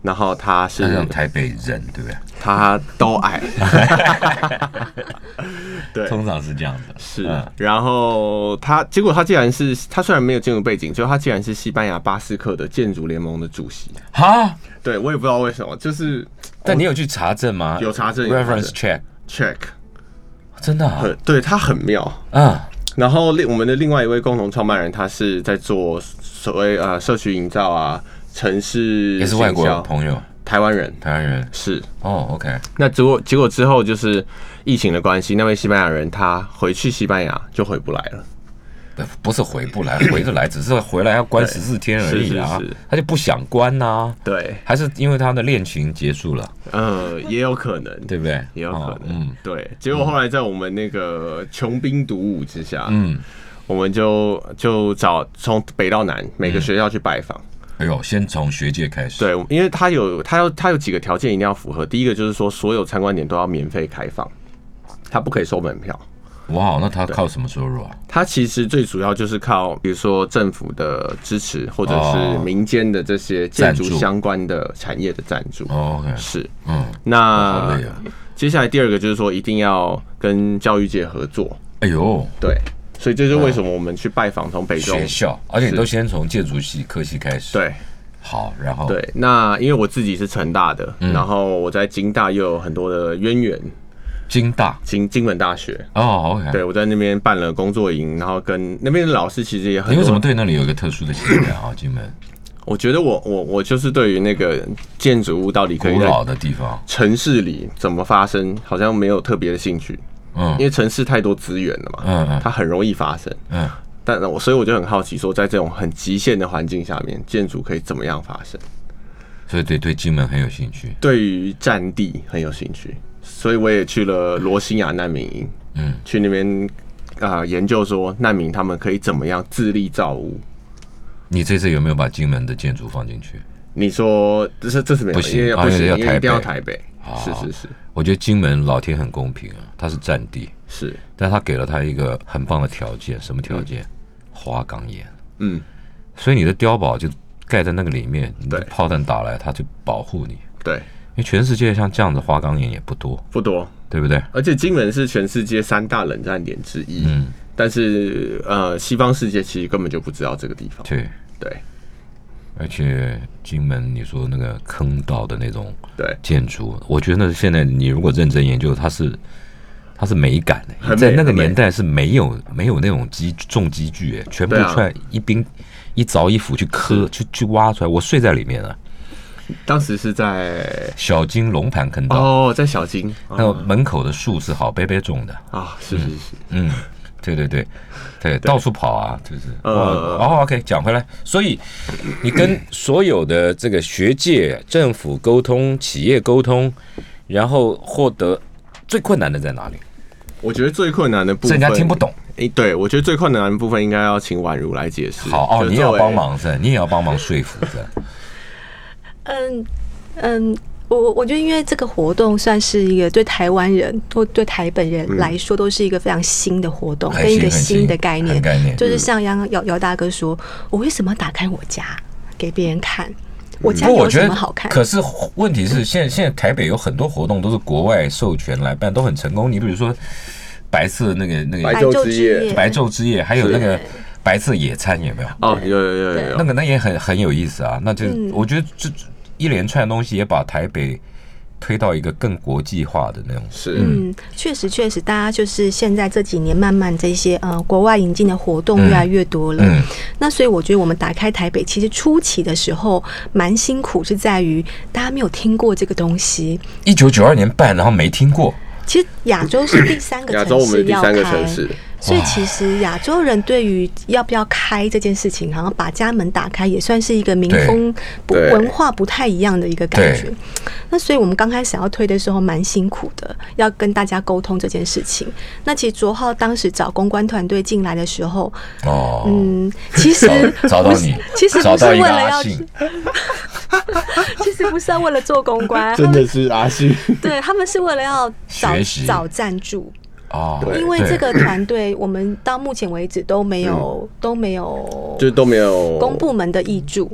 [SPEAKER 3] 然后他是
[SPEAKER 2] 加上台北人，对不对？
[SPEAKER 3] 他都爱，对
[SPEAKER 2] 通常是这样嗯的。
[SPEAKER 3] 是。然后他结果他竟然是他虽然没有建筑背景，就他竟然是西班牙巴斯克的建筑联盟的主席。
[SPEAKER 2] 哈，
[SPEAKER 3] 对我也不知道为什么，就是
[SPEAKER 2] 但你有去查证吗？
[SPEAKER 3] 有查证有查证
[SPEAKER 2] ，reference check，
[SPEAKER 3] check
[SPEAKER 2] 真的啊，
[SPEAKER 3] 很对他很妙。
[SPEAKER 2] 嗯。
[SPEAKER 3] 然后另我们的另外一位共同创办人，他是在做所谓呃社区营造啊，城市
[SPEAKER 2] 也是外国
[SPEAKER 3] 行销
[SPEAKER 2] 朋友，
[SPEAKER 3] 台湾人
[SPEAKER 2] 台湾人。
[SPEAKER 3] 是。
[SPEAKER 2] 哦，OK，
[SPEAKER 3] 那结果结果之后就是疫情的关系，那位西班牙人他回去西班牙就回不来了。
[SPEAKER 2] 不呃不是回不来，回得来，只是回来要关十四天而已啊
[SPEAKER 3] 是是是，
[SPEAKER 2] 他就不想关呐，
[SPEAKER 3] 对，
[SPEAKER 2] 还是因为他的恋情结束了，
[SPEAKER 3] 呃，也有可能，
[SPEAKER 2] 对不对？
[SPEAKER 3] 也有
[SPEAKER 2] 哦
[SPEAKER 3] 可能，
[SPEAKER 2] 嗯
[SPEAKER 3] 对。结果后来在我们那个穷兵黩武之下，
[SPEAKER 2] 嗯，
[SPEAKER 3] 我们就就找从北到南每个学校去拜访。
[SPEAKER 2] 哎呦，先从学界开始，
[SPEAKER 3] 对，因为它有它有它有几个条件一定要符合。第一个就是说，所有参观点都要免费开放，它不可以收门票。
[SPEAKER 2] 哇，那他靠什么收入啊？
[SPEAKER 3] 它其实最主要就是靠，比如说政府的支持，或者是
[SPEAKER 2] 哦
[SPEAKER 3] 民间的这些建筑
[SPEAKER 2] 赞助
[SPEAKER 3] 相关的产业的赞助。
[SPEAKER 2] 哦，OK，
[SPEAKER 3] 是，
[SPEAKER 2] 嗯，好
[SPEAKER 3] 那
[SPEAKER 2] 累啊，
[SPEAKER 3] 接下来第二个就是说，一定要跟教育界合作。
[SPEAKER 2] 哎呦，
[SPEAKER 3] 对，所以这就是为什么我们去拜访从北中
[SPEAKER 2] 学校，而且你
[SPEAKER 3] 是
[SPEAKER 2] 都先从建筑系科系开始，，
[SPEAKER 3] 对
[SPEAKER 2] 好，然后
[SPEAKER 3] 对，那因为我自己是成大的，
[SPEAKER 2] 嗯
[SPEAKER 3] 然后我在京大又有很多的渊源，
[SPEAKER 2] 京大，
[SPEAKER 3] 京京本大学，
[SPEAKER 2] 哦，OK，
[SPEAKER 3] 对我在那边办了工作营，然后跟那边的老师其实也很
[SPEAKER 2] 哎你为什么
[SPEAKER 3] 多。
[SPEAKER 2] 对那里有一个特殊的情感啊？金门
[SPEAKER 3] 我觉得我我我就是对于那个建筑物到底可以
[SPEAKER 2] 古
[SPEAKER 3] 在
[SPEAKER 2] 老的地方，
[SPEAKER 3] 城市里怎么发生，好像没有特别的兴趣，
[SPEAKER 2] 嗯
[SPEAKER 3] 因为城市太多资源了嘛，
[SPEAKER 2] 嗯嗯
[SPEAKER 3] 它很容易发生。
[SPEAKER 2] 嗯。
[SPEAKER 3] 但我所以我就很好奇，说在这种很极限的环境下面，建筑可以怎么样发生？
[SPEAKER 2] 所以对对金门很有兴趣。
[SPEAKER 3] 对于战地很有兴趣，所以我也去了罗兴亚难民营，
[SPEAKER 2] 嗯，
[SPEAKER 3] 去那边啊、呃研究说难民他们可以怎么样自立造屋。
[SPEAKER 2] 你这次有没有把金门的建筑放进去？
[SPEAKER 3] 你说这是这是没有，
[SPEAKER 2] 不行
[SPEAKER 3] 因为
[SPEAKER 2] 啊
[SPEAKER 3] 不
[SPEAKER 2] 因为
[SPEAKER 3] 行，
[SPEAKER 2] 要
[SPEAKER 3] 因为一定要
[SPEAKER 2] 台
[SPEAKER 3] 台北，
[SPEAKER 2] 哦
[SPEAKER 3] 是是是
[SPEAKER 2] 我觉得金门老天很公平啊，它是战地，
[SPEAKER 3] 是，
[SPEAKER 2] 但他给了他一个很棒的条件，什么条件？花岗岩。
[SPEAKER 3] 嗯，
[SPEAKER 2] 所以你的碉堡就盖在那个里面，你的
[SPEAKER 3] 对
[SPEAKER 2] 炮弹打来，它就保护你。
[SPEAKER 3] 对，
[SPEAKER 2] 因为全世界像这样子花岗岩也不多，
[SPEAKER 3] 不多。
[SPEAKER 2] 对不对？
[SPEAKER 3] 而且金门是全世界三大冷战点之一，嗯，但是呃，西方世界其实根本就不知道这个地方，
[SPEAKER 2] 对，
[SPEAKER 3] 对
[SPEAKER 2] 而且金门你说那个坑道的那种
[SPEAKER 3] 对，
[SPEAKER 2] 建筑，我觉得那现在你如果认真研究，它是它是美感的、
[SPEAKER 3] 很美
[SPEAKER 2] 在那个
[SPEAKER 3] 很美
[SPEAKER 2] 年代是没有没有那种机重机具、哎全部
[SPEAKER 3] 对啊
[SPEAKER 2] 出来一兵一凿一斧去磕去去挖出来，我睡在里面啊，
[SPEAKER 3] 当时是在
[SPEAKER 2] 小金龙盘坑道，
[SPEAKER 3] 哦，在小金
[SPEAKER 2] 还有门口的树是好杯杯种的，
[SPEAKER 3] 啊，是是是，
[SPEAKER 2] 嗯，对对对，对，到处跑啊，就是，
[SPEAKER 3] 呃
[SPEAKER 2] 哦哦，OK，讲回来，所以
[SPEAKER 5] 你跟所有的这个学界、政府沟通、企业沟通，然后获得最困难的在哪里？
[SPEAKER 3] 我觉得最困难的部
[SPEAKER 2] 是
[SPEAKER 3] 分，
[SPEAKER 2] 人家听不懂。
[SPEAKER 3] 诶，对我觉得最困难的部分应该要请宛如来解释。
[SPEAKER 2] 好哦，
[SPEAKER 3] 就
[SPEAKER 2] 你也
[SPEAKER 3] 作
[SPEAKER 2] 要
[SPEAKER 3] 为
[SPEAKER 2] 帮，忙是吧，你也要帮忙说服 是吧，
[SPEAKER 4] 嗯嗯，我我我觉得，因为这个活动算是一个对台湾人或对台本人来说，都是一个非常新的活动，
[SPEAKER 2] 很
[SPEAKER 4] 跟一个
[SPEAKER 2] 很
[SPEAKER 4] 新的概
[SPEAKER 2] 很嗯
[SPEAKER 4] 念。
[SPEAKER 2] 概念，
[SPEAKER 4] 就是像杨姚姚大哥说，我为什么要打开我家给别人看？我家
[SPEAKER 2] 不过我
[SPEAKER 4] 有
[SPEAKER 2] 觉
[SPEAKER 4] 什
[SPEAKER 2] 得
[SPEAKER 4] 么好，看？
[SPEAKER 2] 可是问题是，现在现在台北有很多活动都是国外授权来办，都很成功。你比如说白色那个那
[SPEAKER 3] 白
[SPEAKER 2] 个
[SPEAKER 3] 昼之夜
[SPEAKER 2] 白昼之夜，还有那个白色野餐，有没有？
[SPEAKER 3] 哦，有有有有
[SPEAKER 2] 那
[SPEAKER 3] 有，
[SPEAKER 2] 个那也很很有意思啊。那就、
[SPEAKER 4] 嗯
[SPEAKER 2] 我觉得这这一连串东西也把台北推到一个更国际化的那种。
[SPEAKER 3] 是，
[SPEAKER 4] 嗯，确实确实，大家就是现在这几年慢慢这些呃国外引进的活动越来越多了。
[SPEAKER 2] 嗯
[SPEAKER 4] 那所以我觉得我们打开台北，其实初期的时候蛮辛苦，是在于大家没有听过这个东西。
[SPEAKER 2] 一九九二年办，然后没听过，
[SPEAKER 4] 其实亚洲是第三 个
[SPEAKER 3] 亚洲
[SPEAKER 4] 城
[SPEAKER 3] 我们
[SPEAKER 4] 市
[SPEAKER 3] 的第
[SPEAKER 4] 要
[SPEAKER 3] 三
[SPEAKER 4] 开
[SPEAKER 3] 个，城市，
[SPEAKER 4] 所以其实亚洲人对于要不要开这件事情，然后把家门打开，也算是一个民
[SPEAKER 2] 对
[SPEAKER 4] 风不
[SPEAKER 3] 对
[SPEAKER 4] 文化不太一样的一个感觉
[SPEAKER 2] 对。
[SPEAKER 4] 那所以我们刚开始要推的时候蛮辛苦的，要跟大家沟通这件事情。那其实卓浩当时找公关团队进来的时候，
[SPEAKER 2] 哦，
[SPEAKER 4] 嗯，其实
[SPEAKER 2] 找到
[SPEAKER 4] 不是
[SPEAKER 2] 你
[SPEAKER 4] 其实
[SPEAKER 2] 找
[SPEAKER 4] 不是
[SPEAKER 2] 到
[SPEAKER 4] 为
[SPEAKER 2] 一个
[SPEAKER 4] 了
[SPEAKER 2] 阿
[SPEAKER 4] 要，
[SPEAKER 2] 信，
[SPEAKER 4] 其实不是要为了做 公关，他
[SPEAKER 3] 真的
[SPEAKER 4] 们
[SPEAKER 3] 是阿 信，
[SPEAKER 4] 对他们是为了要找
[SPEAKER 2] 学习
[SPEAKER 4] 找赞助。
[SPEAKER 2] 哦，
[SPEAKER 3] 对
[SPEAKER 4] 因为
[SPEAKER 2] 对嗯
[SPEAKER 4] 这个团队，我们到目前为止都没有、都没有
[SPEAKER 3] 就都没有
[SPEAKER 4] 公部门的益助，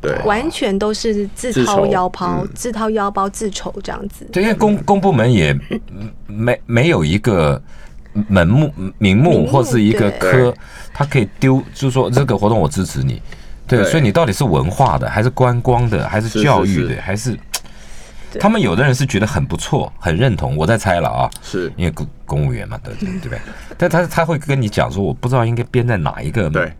[SPEAKER 3] 对
[SPEAKER 4] 完全都是自
[SPEAKER 3] 自
[SPEAKER 4] 掏
[SPEAKER 3] 筹
[SPEAKER 4] 腰包、
[SPEAKER 3] 嗯
[SPEAKER 4] 自掏腰包、自筹这样子。
[SPEAKER 2] 对，因为公公部门也嗯没没有一个门目名
[SPEAKER 4] 名
[SPEAKER 2] 目
[SPEAKER 4] 目
[SPEAKER 2] 或是一个
[SPEAKER 4] 对
[SPEAKER 2] 科，他可以丢，就是说这个活动我支持你。对，
[SPEAKER 3] 对
[SPEAKER 2] 所以你到底是文化的，还是观光的，还是
[SPEAKER 3] 是
[SPEAKER 2] 教
[SPEAKER 3] 是
[SPEAKER 2] 育
[SPEAKER 3] 是
[SPEAKER 2] 的，还是？他们有的人是觉得很不错，很认同，我在猜了啊，
[SPEAKER 3] 是
[SPEAKER 2] 因为公公务员嘛，对对对不对？ 但他他会跟你讲说，我不知道应该编在哪一个
[SPEAKER 3] 对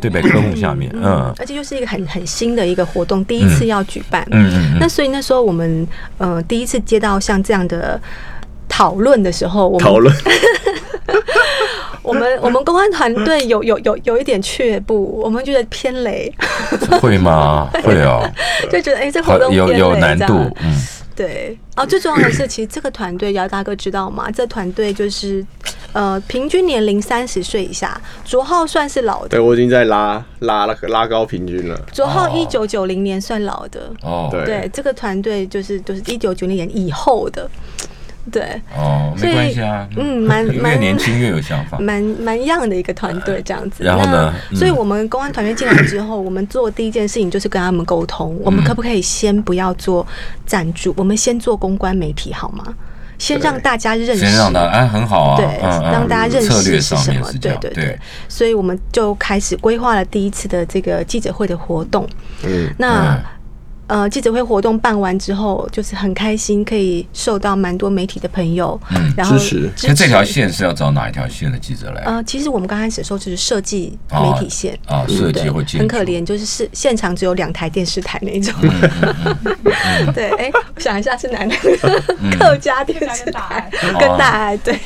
[SPEAKER 2] 对不对科目下 面，嗯
[SPEAKER 4] 而且又是一个很很新的一个活动，第一次要举办。
[SPEAKER 2] 嗯嗯嗯，
[SPEAKER 4] 那所以那时候我们呃第一次接到像这样的讨论的时候，我
[SPEAKER 3] 讨
[SPEAKER 4] 们
[SPEAKER 3] 论，
[SPEAKER 4] 我们我们公关团队有有有有一点却步，我们觉得偏雷，
[SPEAKER 2] 会吗？会哦，
[SPEAKER 4] 就觉得哎、这 活
[SPEAKER 2] 好
[SPEAKER 4] 动
[SPEAKER 2] 有
[SPEAKER 4] 偏
[SPEAKER 2] 有
[SPEAKER 4] 雷
[SPEAKER 2] 难
[SPEAKER 4] 这样
[SPEAKER 2] 度，嗯，
[SPEAKER 4] 对，哦，最重要的是，其实这个团队姚大哥知道吗？这团队就是，呃，平均年龄三十岁以下，卓浩算是老
[SPEAKER 3] 对
[SPEAKER 4] 的，
[SPEAKER 3] 我已经在拉拉拉高平均了，
[SPEAKER 4] 卓浩
[SPEAKER 2] 哦
[SPEAKER 4] 一九九零年算老的，
[SPEAKER 2] 哦，
[SPEAKER 3] 对
[SPEAKER 4] 对，这个团队就是就是一九九零年以后的，对，
[SPEAKER 2] 哦，
[SPEAKER 4] 所
[SPEAKER 2] 没
[SPEAKER 4] 以
[SPEAKER 2] 关系啊，
[SPEAKER 4] 嗯 蛮
[SPEAKER 2] 越
[SPEAKER 4] 蛮
[SPEAKER 2] 年轻越有想法，
[SPEAKER 4] 蛮蛮样的一个团队这样子。
[SPEAKER 2] 哦呃然后呢嗯
[SPEAKER 4] 那所以我们公安团队进来之后，我们做第一件事情就是跟他们沟通，
[SPEAKER 2] 嗯
[SPEAKER 4] 我们可不可以先不要做赞助，我们先做公关媒体好吗？先让大家认识，
[SPEAKER 2] 先让他哎很好啊，
[SPEAKER 4] 对
[SPEAKER 2] 嗯，嗯
[SPEAKER 4] 让大家认
[SPEAKER 2] 策
[SPEAKER 4] 识
[SPEAKER 2] 略
[SPEAKER 4] 是
[SPEAKER 2] 上
[SPEAKER 4] 什
[SPEAKER 2] 面
[SPEAKER 4] 么
[SPEAKER 2] 是，这
[SPEAKER 4] 对
[SPEAKER 2] 样，
[SPEAKER 4] 对对。所以我们就开始规划了第一次的这个记者会的活动。
[SPEAKER 3] 嗯，
[SPEAKER 4] 那、呃，记者会活动办完之后，就是很开心，可以受到蛮多媒体的朋友，
[SPEAKER 2] 嗯
[SPEAKER 4] 然后
[SPEAKER 3] 支持
[SPEAKER 2] 那这条线是要找哪一条线的记者来
[SPEAKER 4] 呃，其实我们刚开始的时候就是设计
[SPEAKER 2] 哦
[SPEAKER 4] 媒体线。嗯
[SPEAKER 2] 啊？设计
[SPEAKER 4] 对，
[SPEAKER 2] 或建筑？嗯
[SPEAKER 4] 很可怜，就是是现场只有两台电视台那一种。 对，哎、我想一下是哪两个？
[SPEAKER 2] 嗯
[SPEAKER 4] 客家电视台跟大爱，对，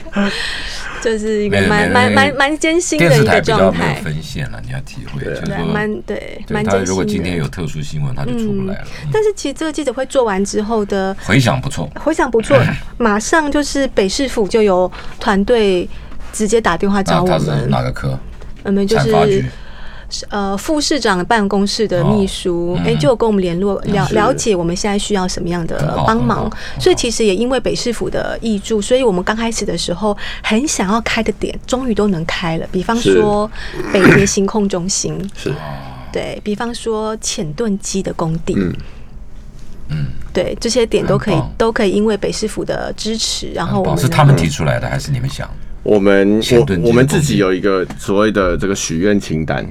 [SPEAKER 4] 就是一个
[SPEAKER 2] 哦没
[SPEAKER 4] 蛮
[SPEAKER 2] 没
[SPEAKER 4] 蛮
[SPEAKER 2] 没
[SPEAKER 4] 蛮蛮艰辛
[SPEAKER 2] 电
[SPEAKER 4] 的
[SPEAKER 2] 视
[SPEAKER 4] 一
[SPEAKER 2] 台
[SPEAKER 4] 个
[SPEAKER 2] 比较
[SPEAKER 4] 状
[SPEAKER 2] 没
[SPEAKER 4] 态
[SPEAKER 2] 有。分线了，你要体会，就是
[SPEAKER 4] 对，
[SPEAKER 2] 说，
[SPEAKER 4] 蛮对，
[SPEAKER 2] 对
[SPEAKER 4] 蛮
[SPEAKER 2] 他
[SPEAKER 4] 艰
[SPEAKER 2] 如果今
[SPEAKER 4] 辛
[SPEAKER 2] 天
[SPEAKER 4] 的。
[SPEAKER 2] 有特殊新闻，他就出不来了。嗯
[SPEAKER 4] 但是其实这个记者会做完之后的
[SPEAKER 2] 回想不错，
[SPEAKER 4] 回想不错，
[SPEAKER 2] 嗯
[SPEAKER 4] 马上就是北市府就有团队直接打电话找
[SPEAKER 2] 那
[SPEAKER 4] 我
[SPEAKER 2] 他是
[SPEAKER 4] 们，
[SPEAKER 2] 哪个科？
[SPEAKER 4] 我们就
[SPEAKER 2] 产发
[SPEAKER 4] 是
[SPEAKER 2] 局
[SPEAKER 4] 呃副市长办公室的
[SPEAKER 2] 哦
[SPEAKER 4] 秘书，
[SPEAKER 2] 嗯
[SPEAKER 4] 哎、就有跟我们联络了了解我们现在需要什么样的帮忙。所以其实也因为北市府的挹注，所以我们刚开始的时候很想要开的点，终于都能开了。比方说北捷行控中心，
[SPEAKER 3] 是
[SPEAKER 4] 对比方说浅盾机的工地，嗯。
[SPEAKER 3] 嗯
[SPEAKER 4] 对，这些点都可以
[SPEAKER 2] 很棒，
[SPEAKER 4] 都可以因为北市府的支持，然后我们嗯
[SPEAKER 2] 是他们提出来的还是你们想？
[SPEAKER 3] 我们
[SPEAKER 2] 前盾
[SPEAKER 3] 我
[SPEAKER 2] 机
[SPEAKER 3] 我们
[SPEAKER 2] 的攻
[SPEAKER 3] 自己
[SPEAKER 2] 击
[SPEAKER 3] 有一个所谓的这个许愿清 单，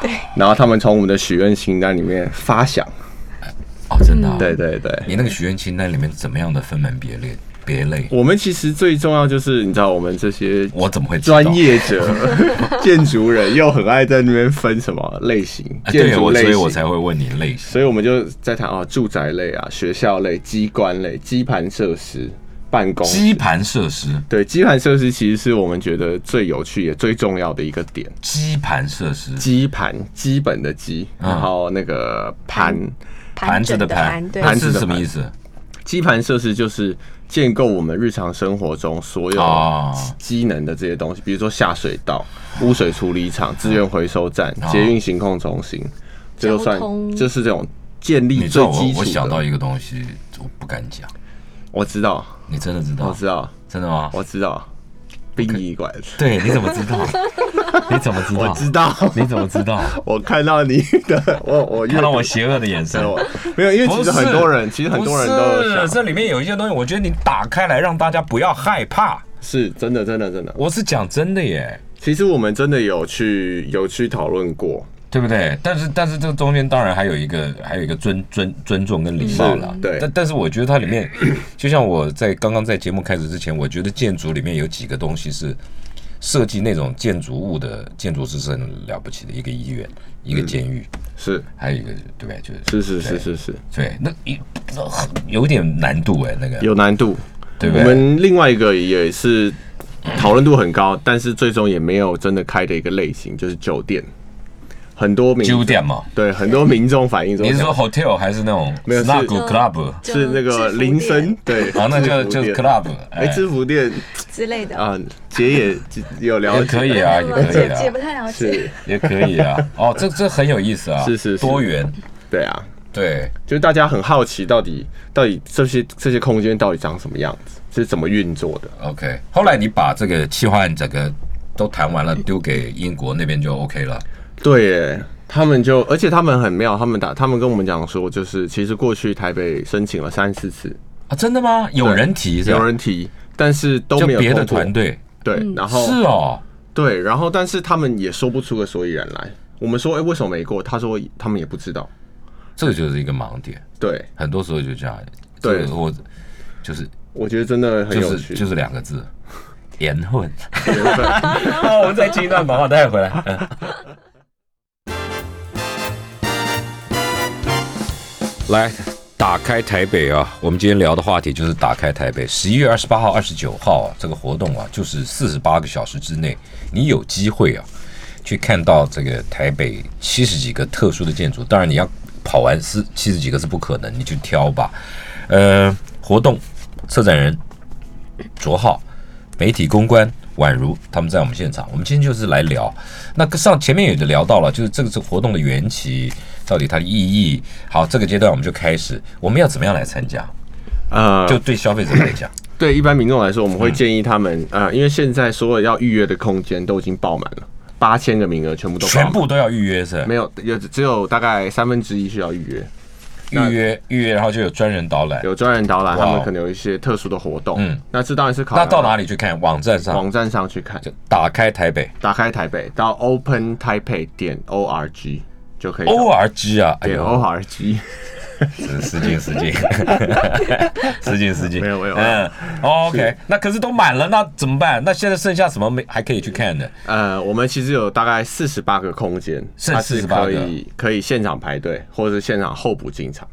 [SPEAKER 3] 对，然后他们从我们的许愿清单里面发想，
[SPEAKER 2] 哦，真的、啊？
[SPEAKER 3] 对，对对。
[SPEAKER 2] 你那个许愿清单里面怎么样的分门别类？别类？
[SPEAKER 3] 我们其实最重要就是，你知道，我们这些
[SPEAKER 2] 我怎么会知道
[SPEAKER 3] 专业者、建筑人又很爱在那边分什么类型，
[SPEAKER 2] 啊
[SPEAKER 3] 建
[SPEAKER 2] 对，
[SPEAKER 3] 筑
[SPEAKER 2] 我所
[SPEAKER 3] 类
[SPEAKER 2] 以我才
[SPEAKER 3] 型，
[SPEAKER 2] 会问你类型。
[SPEAKER 3] 所以我们就在谈哦，住宅类啊、学校类、机关类、基盘设施、办公室
[SPEAKER 2] 基盘设施，
[SPEAKER 3] 对，基盘设施其实是我们觉得最有趣也最重要的一个点。
[SPEAKER 2] 基盘设施，
[SPEAKER 3] 基盘基本的基，
[SPEAKER 2] 嗯
[SPEAKER 3] 然后那个盘
[SPEAKER 2] 盘子
[SPEAKER 4] 整的
[SPEAKER 2] 盘，
[SPEAKER 4] 对，
[SPEAKER 2] 盘
[SPEAKER 3] 子
[SPEAKER 2] 是
[SPEAKER 3] 的
[SPEAKER 2] 什么
[SPEAKER 3] 盘
[SPEAKER 2] 意思？
[SPEAKER 3] 基盘设施就是建构我们日常生活中所有
[SPEAKER 2] 哦
[SPEAKER 3] 机能的这些东西，比如说下水道、
[SPEAKER 2] 啊
[SPEAKER 3] 污水处理厂、资源回收站、捷运行控中心，这就算
[SPEAKER 4] 交通
[SPEAKER 3] 就是这种建立
[SPEAKER 2] 你知
[SPEAKER 3] 最
[SPEAKER 2] 道我
[SPEAKER 3] 基础
[SPEAKER 2] 我想到
[SPEAKER 3] 的。
[SPEAKER 2] 一个啊东西，我不敢讲。
[SPEAKER 3] 我知道，
[SPEAKER 2] 你真的知
[SPEAKER 3] 我
[SPEAKER 2] 道？
[SPEAKER 3] 知道，
[SPEAKER 2] 真的吗？
[SPEAKER 3] 我知道，殡仪馆，
[SPEAKER 2] 对，你怎么知道？ 你怎么知
[SPEAKER 3] 我
[SPEAKER 2] 道？
[SPEAKER 3] 知道，
[SPEAKER 2] 你怎么知道？
[SPEAKER 3] 我看到你的，我我阅
[SPEAKER 2] 看到我
[SPEAKER 3] 读
[SPEAKER 2] 邪恶的眼神
[SPEAKER 3] 对。我没有，因为
[SPEAKER 2] 不是
[SPEAKER 3] 其实很多人，其实很多人都
[SPEAKER 2] 不
[SPEAKER 3] 有
[SPEAKER 2] 是
[SPEAKER 3] 想
[SPEAKER 2] 这里面有一些东西，我觉得你打开来让大家不要害怕。
[SPEAKER 3] 是真的，真的，真的。
[SPEAKER 2] 我是讲真的耶，
[SPEAKER 3] 其实我们真的有去有去讨论过，
[SPEAKER 2] 对不对？但是但是这中间当然还有一个还有一个尊尊尊重跟礼貌了
[SPEAKER 3] 是。对
[SPEAKER 2] 但但是我觉得它里面，就像我在刚刚在节目开始之前，我觉得建筑里面有几个东西是设计那种建筑物的建筑师是很了不起的，一个医院，一个监狱，
[SPEAKER 3] 是
[SPEAKER 2] 还有一个对不对？就是
[SPEAKER 3] 是是是是是，
[SPEAKER 2] 对，那一那很有点难度哎，那个
[SPEAKER 3] 有难度。
[SPEAKER 2] 对不
[SPEAKER 3] 我
[SPEAKER 2] 对？
[SPEAKER 3] 们另外一个也是讨论度很高，但是最终也没有真的开的一个类型，就是酒店。很多民
[SPEAKER 2] 酒店嘛，
[SPEAKER 3] 对很多民众反映说，
[SPEAKER 2] 你是说 hotel 还是那种
[SPEAKER 3] 没有
[SPEAKER 2] s
[SPEAKER 3] 是
[SPEAKER 2] n a g club？
[SPEAKER 4] 就是
[SPEAKER 3] 那个
[SPEAKER 4] 制服
[SPEAKER 3] 铃
[SPEAKER 4] 店
[SPEAKER 3] 声对，
[SPEAKER 2] 啊，那就就
[SPEAKER 3] 制服
[SPEAKER 2] 是
[SPEAKER 3] 店
[SPEAKER 2] club，
[SPEAKER 3] 哎，制服店
[SPEAKER 4] 之类的，
[SPEAKER 3] 啊，姐 也有了
[SPEAKER 2] 也
[SPEAKER 3] 解，
[SPEAKER 2] 可以啊，也
[SPEAKER 4] 我
[SPEAKER 2] 可以
[SPEAKER 4] 姐姐
[SPEAKER 2] 啊
[SPEAKER 4] 不，太了解
[SPEAKER 3] 是，，
[SPEAKER 2] 也可以 啊。哦，这这很有意思啊，
[SPEAKER 3] 是是是
[SPEAKER 2] 多元，
[SPEAKER 3] 对啊，
[SPEAKER 2] 对，
[SPEAKER 3] 就是大家很好奇，到底到底这些这些空间到底长什么样子，是怎么运作的？
[SPEAKER 2] OK，后来你把这个企划案整个都谈完了，丢给英国那边就 OK 了。
[SPEAKER 3] 对耶，他们就，而且他们很妙，他们打，他们跟我们讲说，就是其实过去台北申请了三四次，
[SPEAKER 2] 啊，真的吗？有人提是吧
[SPEAKER 3] 有人提，但是都
[SPEAKER 2] 就
[SPEAKER 3] 没有
[SPEAKER 2] 别的
[SPEAKER 3] 通过
[SPEAKER 2] 团队
[SPEAKER 3] 对，然后、
[SPEAKER 2] 是哦，
[SPEAKER 3] 对，然后但是他们也说不出个所以然来。我们说，哎、为什么没过？他说他们也不知道。
[SPEAKER 2] 这个就是一个盲点，
[SPEAKER 3] 对，
[SPEAKER 2] 很多时候就这样。
[SPEAKER 3] 对
[SPEAKER 2] 这个我就是
[SPEAKER 3] 我觉得真的很有
[SPEAKER 2] 就是
[SPEAKER 3] 趣，
[SPEAKER 2] 就是两个字，言混。
[SPEAKER 3] 缘分
[SPEAKER 2] 好，我们再进一段广告，待会回来。嗯
[SPEAKER 5] 来打开台北啊！我们今天聊的话题就是打开台北。十一月二十八号、二十九号啊，这个活动啊，就是四十八个小时之内，你有机会啊，去看到这个台北七十几个特殊的建筑。当然，你要跑完四七十几个是不可能，你去挑吧。呃，活动策展人卓浩、媒体公关宛如他们在我们现场。我们今天就是来聊，那个上前面也就聊到了，就是这个这个活动的缘起，到底它的意义。好，这个阶段我们就开始，我们要怎么样来参加？
[SPEAKER 3] 呃，
[SPEAKER 2] 就对消费者来讲，
[SPEAKER 3] 对一般民众来说，我们会建议他们，呃，因为现在所有要预约的空间都已经爆满了，八千个名额全部都爆满
[SPEAKER 2] 全部都要预约是吧
[SPEAKER 3] 没？有，有只有大概三分之一需要预约，
[SPEAKER 2] 预约预约，然后就有专人导览。
[SPEAKER 3] 有专人导览，
[SPEAKER 2] 哇
[SPEAKER 3] 他
[SPEAKER 2] 哦
[SPEAKER 3] 们可能有一些特殊的活动。
[SPEAKER 2] 嗯
[SPEAKER 3] 嗯，那这当然是考
[SPEAKER 2] 那
[SPEAKER 3] 量
[SPEAKER 2] 到哪里去看？网站上
[SPEAKER 3] 网站上去看
[SPEAKER 2] 就，打开台北
[SPEAKER 3] 打开台北到 Open Taipei 点 org 就可以找。
[SPEAKER 2] O R G 啊，哎
[SPEAKER 3] 点
[SPEAKER 2] 呦，
[SPEAKER 3] org
[SPEAKER 2] 失敬失 敬，失敬失敬，
[SPEAKER 3] 没有没有
[SPEAKER 2] 嗯哦，OK，那可是都满了，那怎么办？那现在剩下什么没还可以去看的？
[SPEAKER 3] 呃，我们其实有大概四十八个空间，
[SPEAKER 2] 剩
[SPEAKER 3] 它是
[SPEAKER 2] 48
[SPEAKER 3] 可
[SPEAKER 2] 个
[SPEAKER 3] 以可以现场排队，或者是现场候补进场。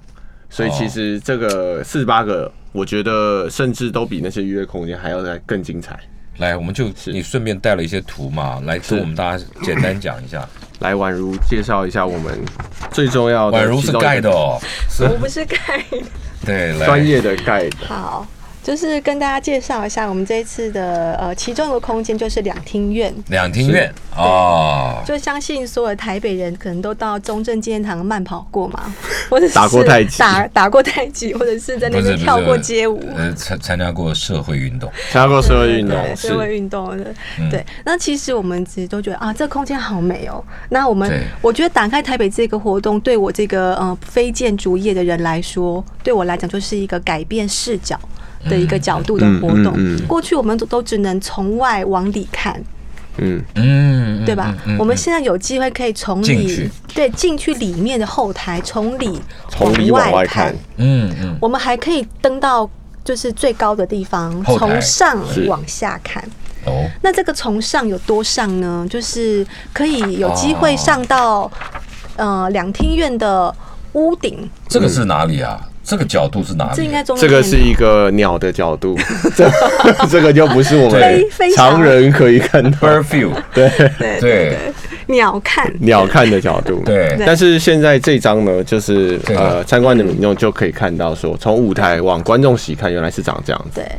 [SPEAKER 3] 所以
[SPEAKER 2] 哦
[SPEAKER 3] 其实这个四十八个，我觉得甚至都比那些预约空间还要再更精彩。
[SPEAKER 2] 来，我们就是你顺便带了一些图嘛，来跟我们大家简单讲一下。
[SPEAKER 3] 来，宛如介绍一下我们最重要的
[SPEAKER 2] 宛
[SPEAKER 3] 其
[SPEAKER 2] 如
[SPEAKER 3] 中一个，
[SPEAKER 2] 是盖的哦，
[SPEAKER 4] 我不是盖的。
[SPEAKER 2] 哦对，来
[SPEAKER 3] 专业的盖的。
[SPEAKER 4] 好，就是跟大家介绍一下，我们这一次的呃，其中一个空间就是两厅院。
[SPEAKER 2] 两厅院哦，
[SPEAKER 4] 就相信所有台北人可能都到中正纪念堂慢跑过嘛，或者是
[SPEAKER 3] 打过太极
[SPEAKER 4] 打打过太极，或者是在那边跳过街舞。
[SPEAKER 2] 呃，参参加过社会运动，
[SPEAKER 3] 参加过社会运动
[SPEAKER 4] 对
[SPEAKER 3] 是嗯
[SPEAKER 4] 社会运动的，对。那其实我们自己都觉得啊，这空间好美哦。那我们
[SPEAKER 2] 对
[SPEAKER 4] 我觉得打开台北这个活动，对我这个呃非建筑业的人来说，对我来讲就是一个改变视角的一个角度的活动。
[SPEAKER 3] 嗯嗯嗯
[SPEAKER 4] 过去我们都都只能从外往里看，
[SPEAKER 3] 嗯，
[SPEAKER 2] 嗯，嗯
[SPEAKER 4] 对吧？
[SPEAKER 2] 嗯嗯
[SPEAKER 4] 我们现在有机会可以从
[SPEAKER 2] 进
[SPEAKER 4] 里
[SPEAKER 2] 去
[SPEAKER 4] 对进去里面的后台，从里
[SPEAKER 3] 从里往外看，
[SPEAKER 2] 嗯嗯，
[SPEAKER 4] 我们还可以登到就是最高的地方，
[SPEAKER 2] 后台
[SPEAKER 4] 从上
[SPEAKER 3] 是
[SPEAKER 4] 往下看。
[SPEAKER 2] 哦，
[SPEAKER 4] 那这个从上有多上呢？就是可以有机会上到、
[SPEAKER 3] 哦
[SPEAKER 4] 呃两厅院的屋顶，
[SPEAKER 2] 这个是哪里啊？这个角度是哪里？
[SPEAKER 4] 这应该中
[SPEAKER 3] 这个
[SPEAKER 4] 间
[SPEAKER 3] 是一个鸟的角度， 这这个就不是 我们
[SPEAKER 4] 飞飞翔
[SPEAKER 3] 常人可以看到
[SPEAKER 2] bird view，
[SPEAKER 3] 对
[SPEAKER 4] 对
[SPEAKER 2] 对
[SPEAKER 4] 鸟看。
[SPEAKER 3] 鸟看的角度。
[SPEAKER 2] 对，
[SPEAKER 3] 但是现在这张呢，就是
[SPEAKER 2] 对
[SPEAKER 3] 呃，参观的民众就可以看到说，从舞台往观众席看，原来是长这样子。
[SPEAKER 4] 对，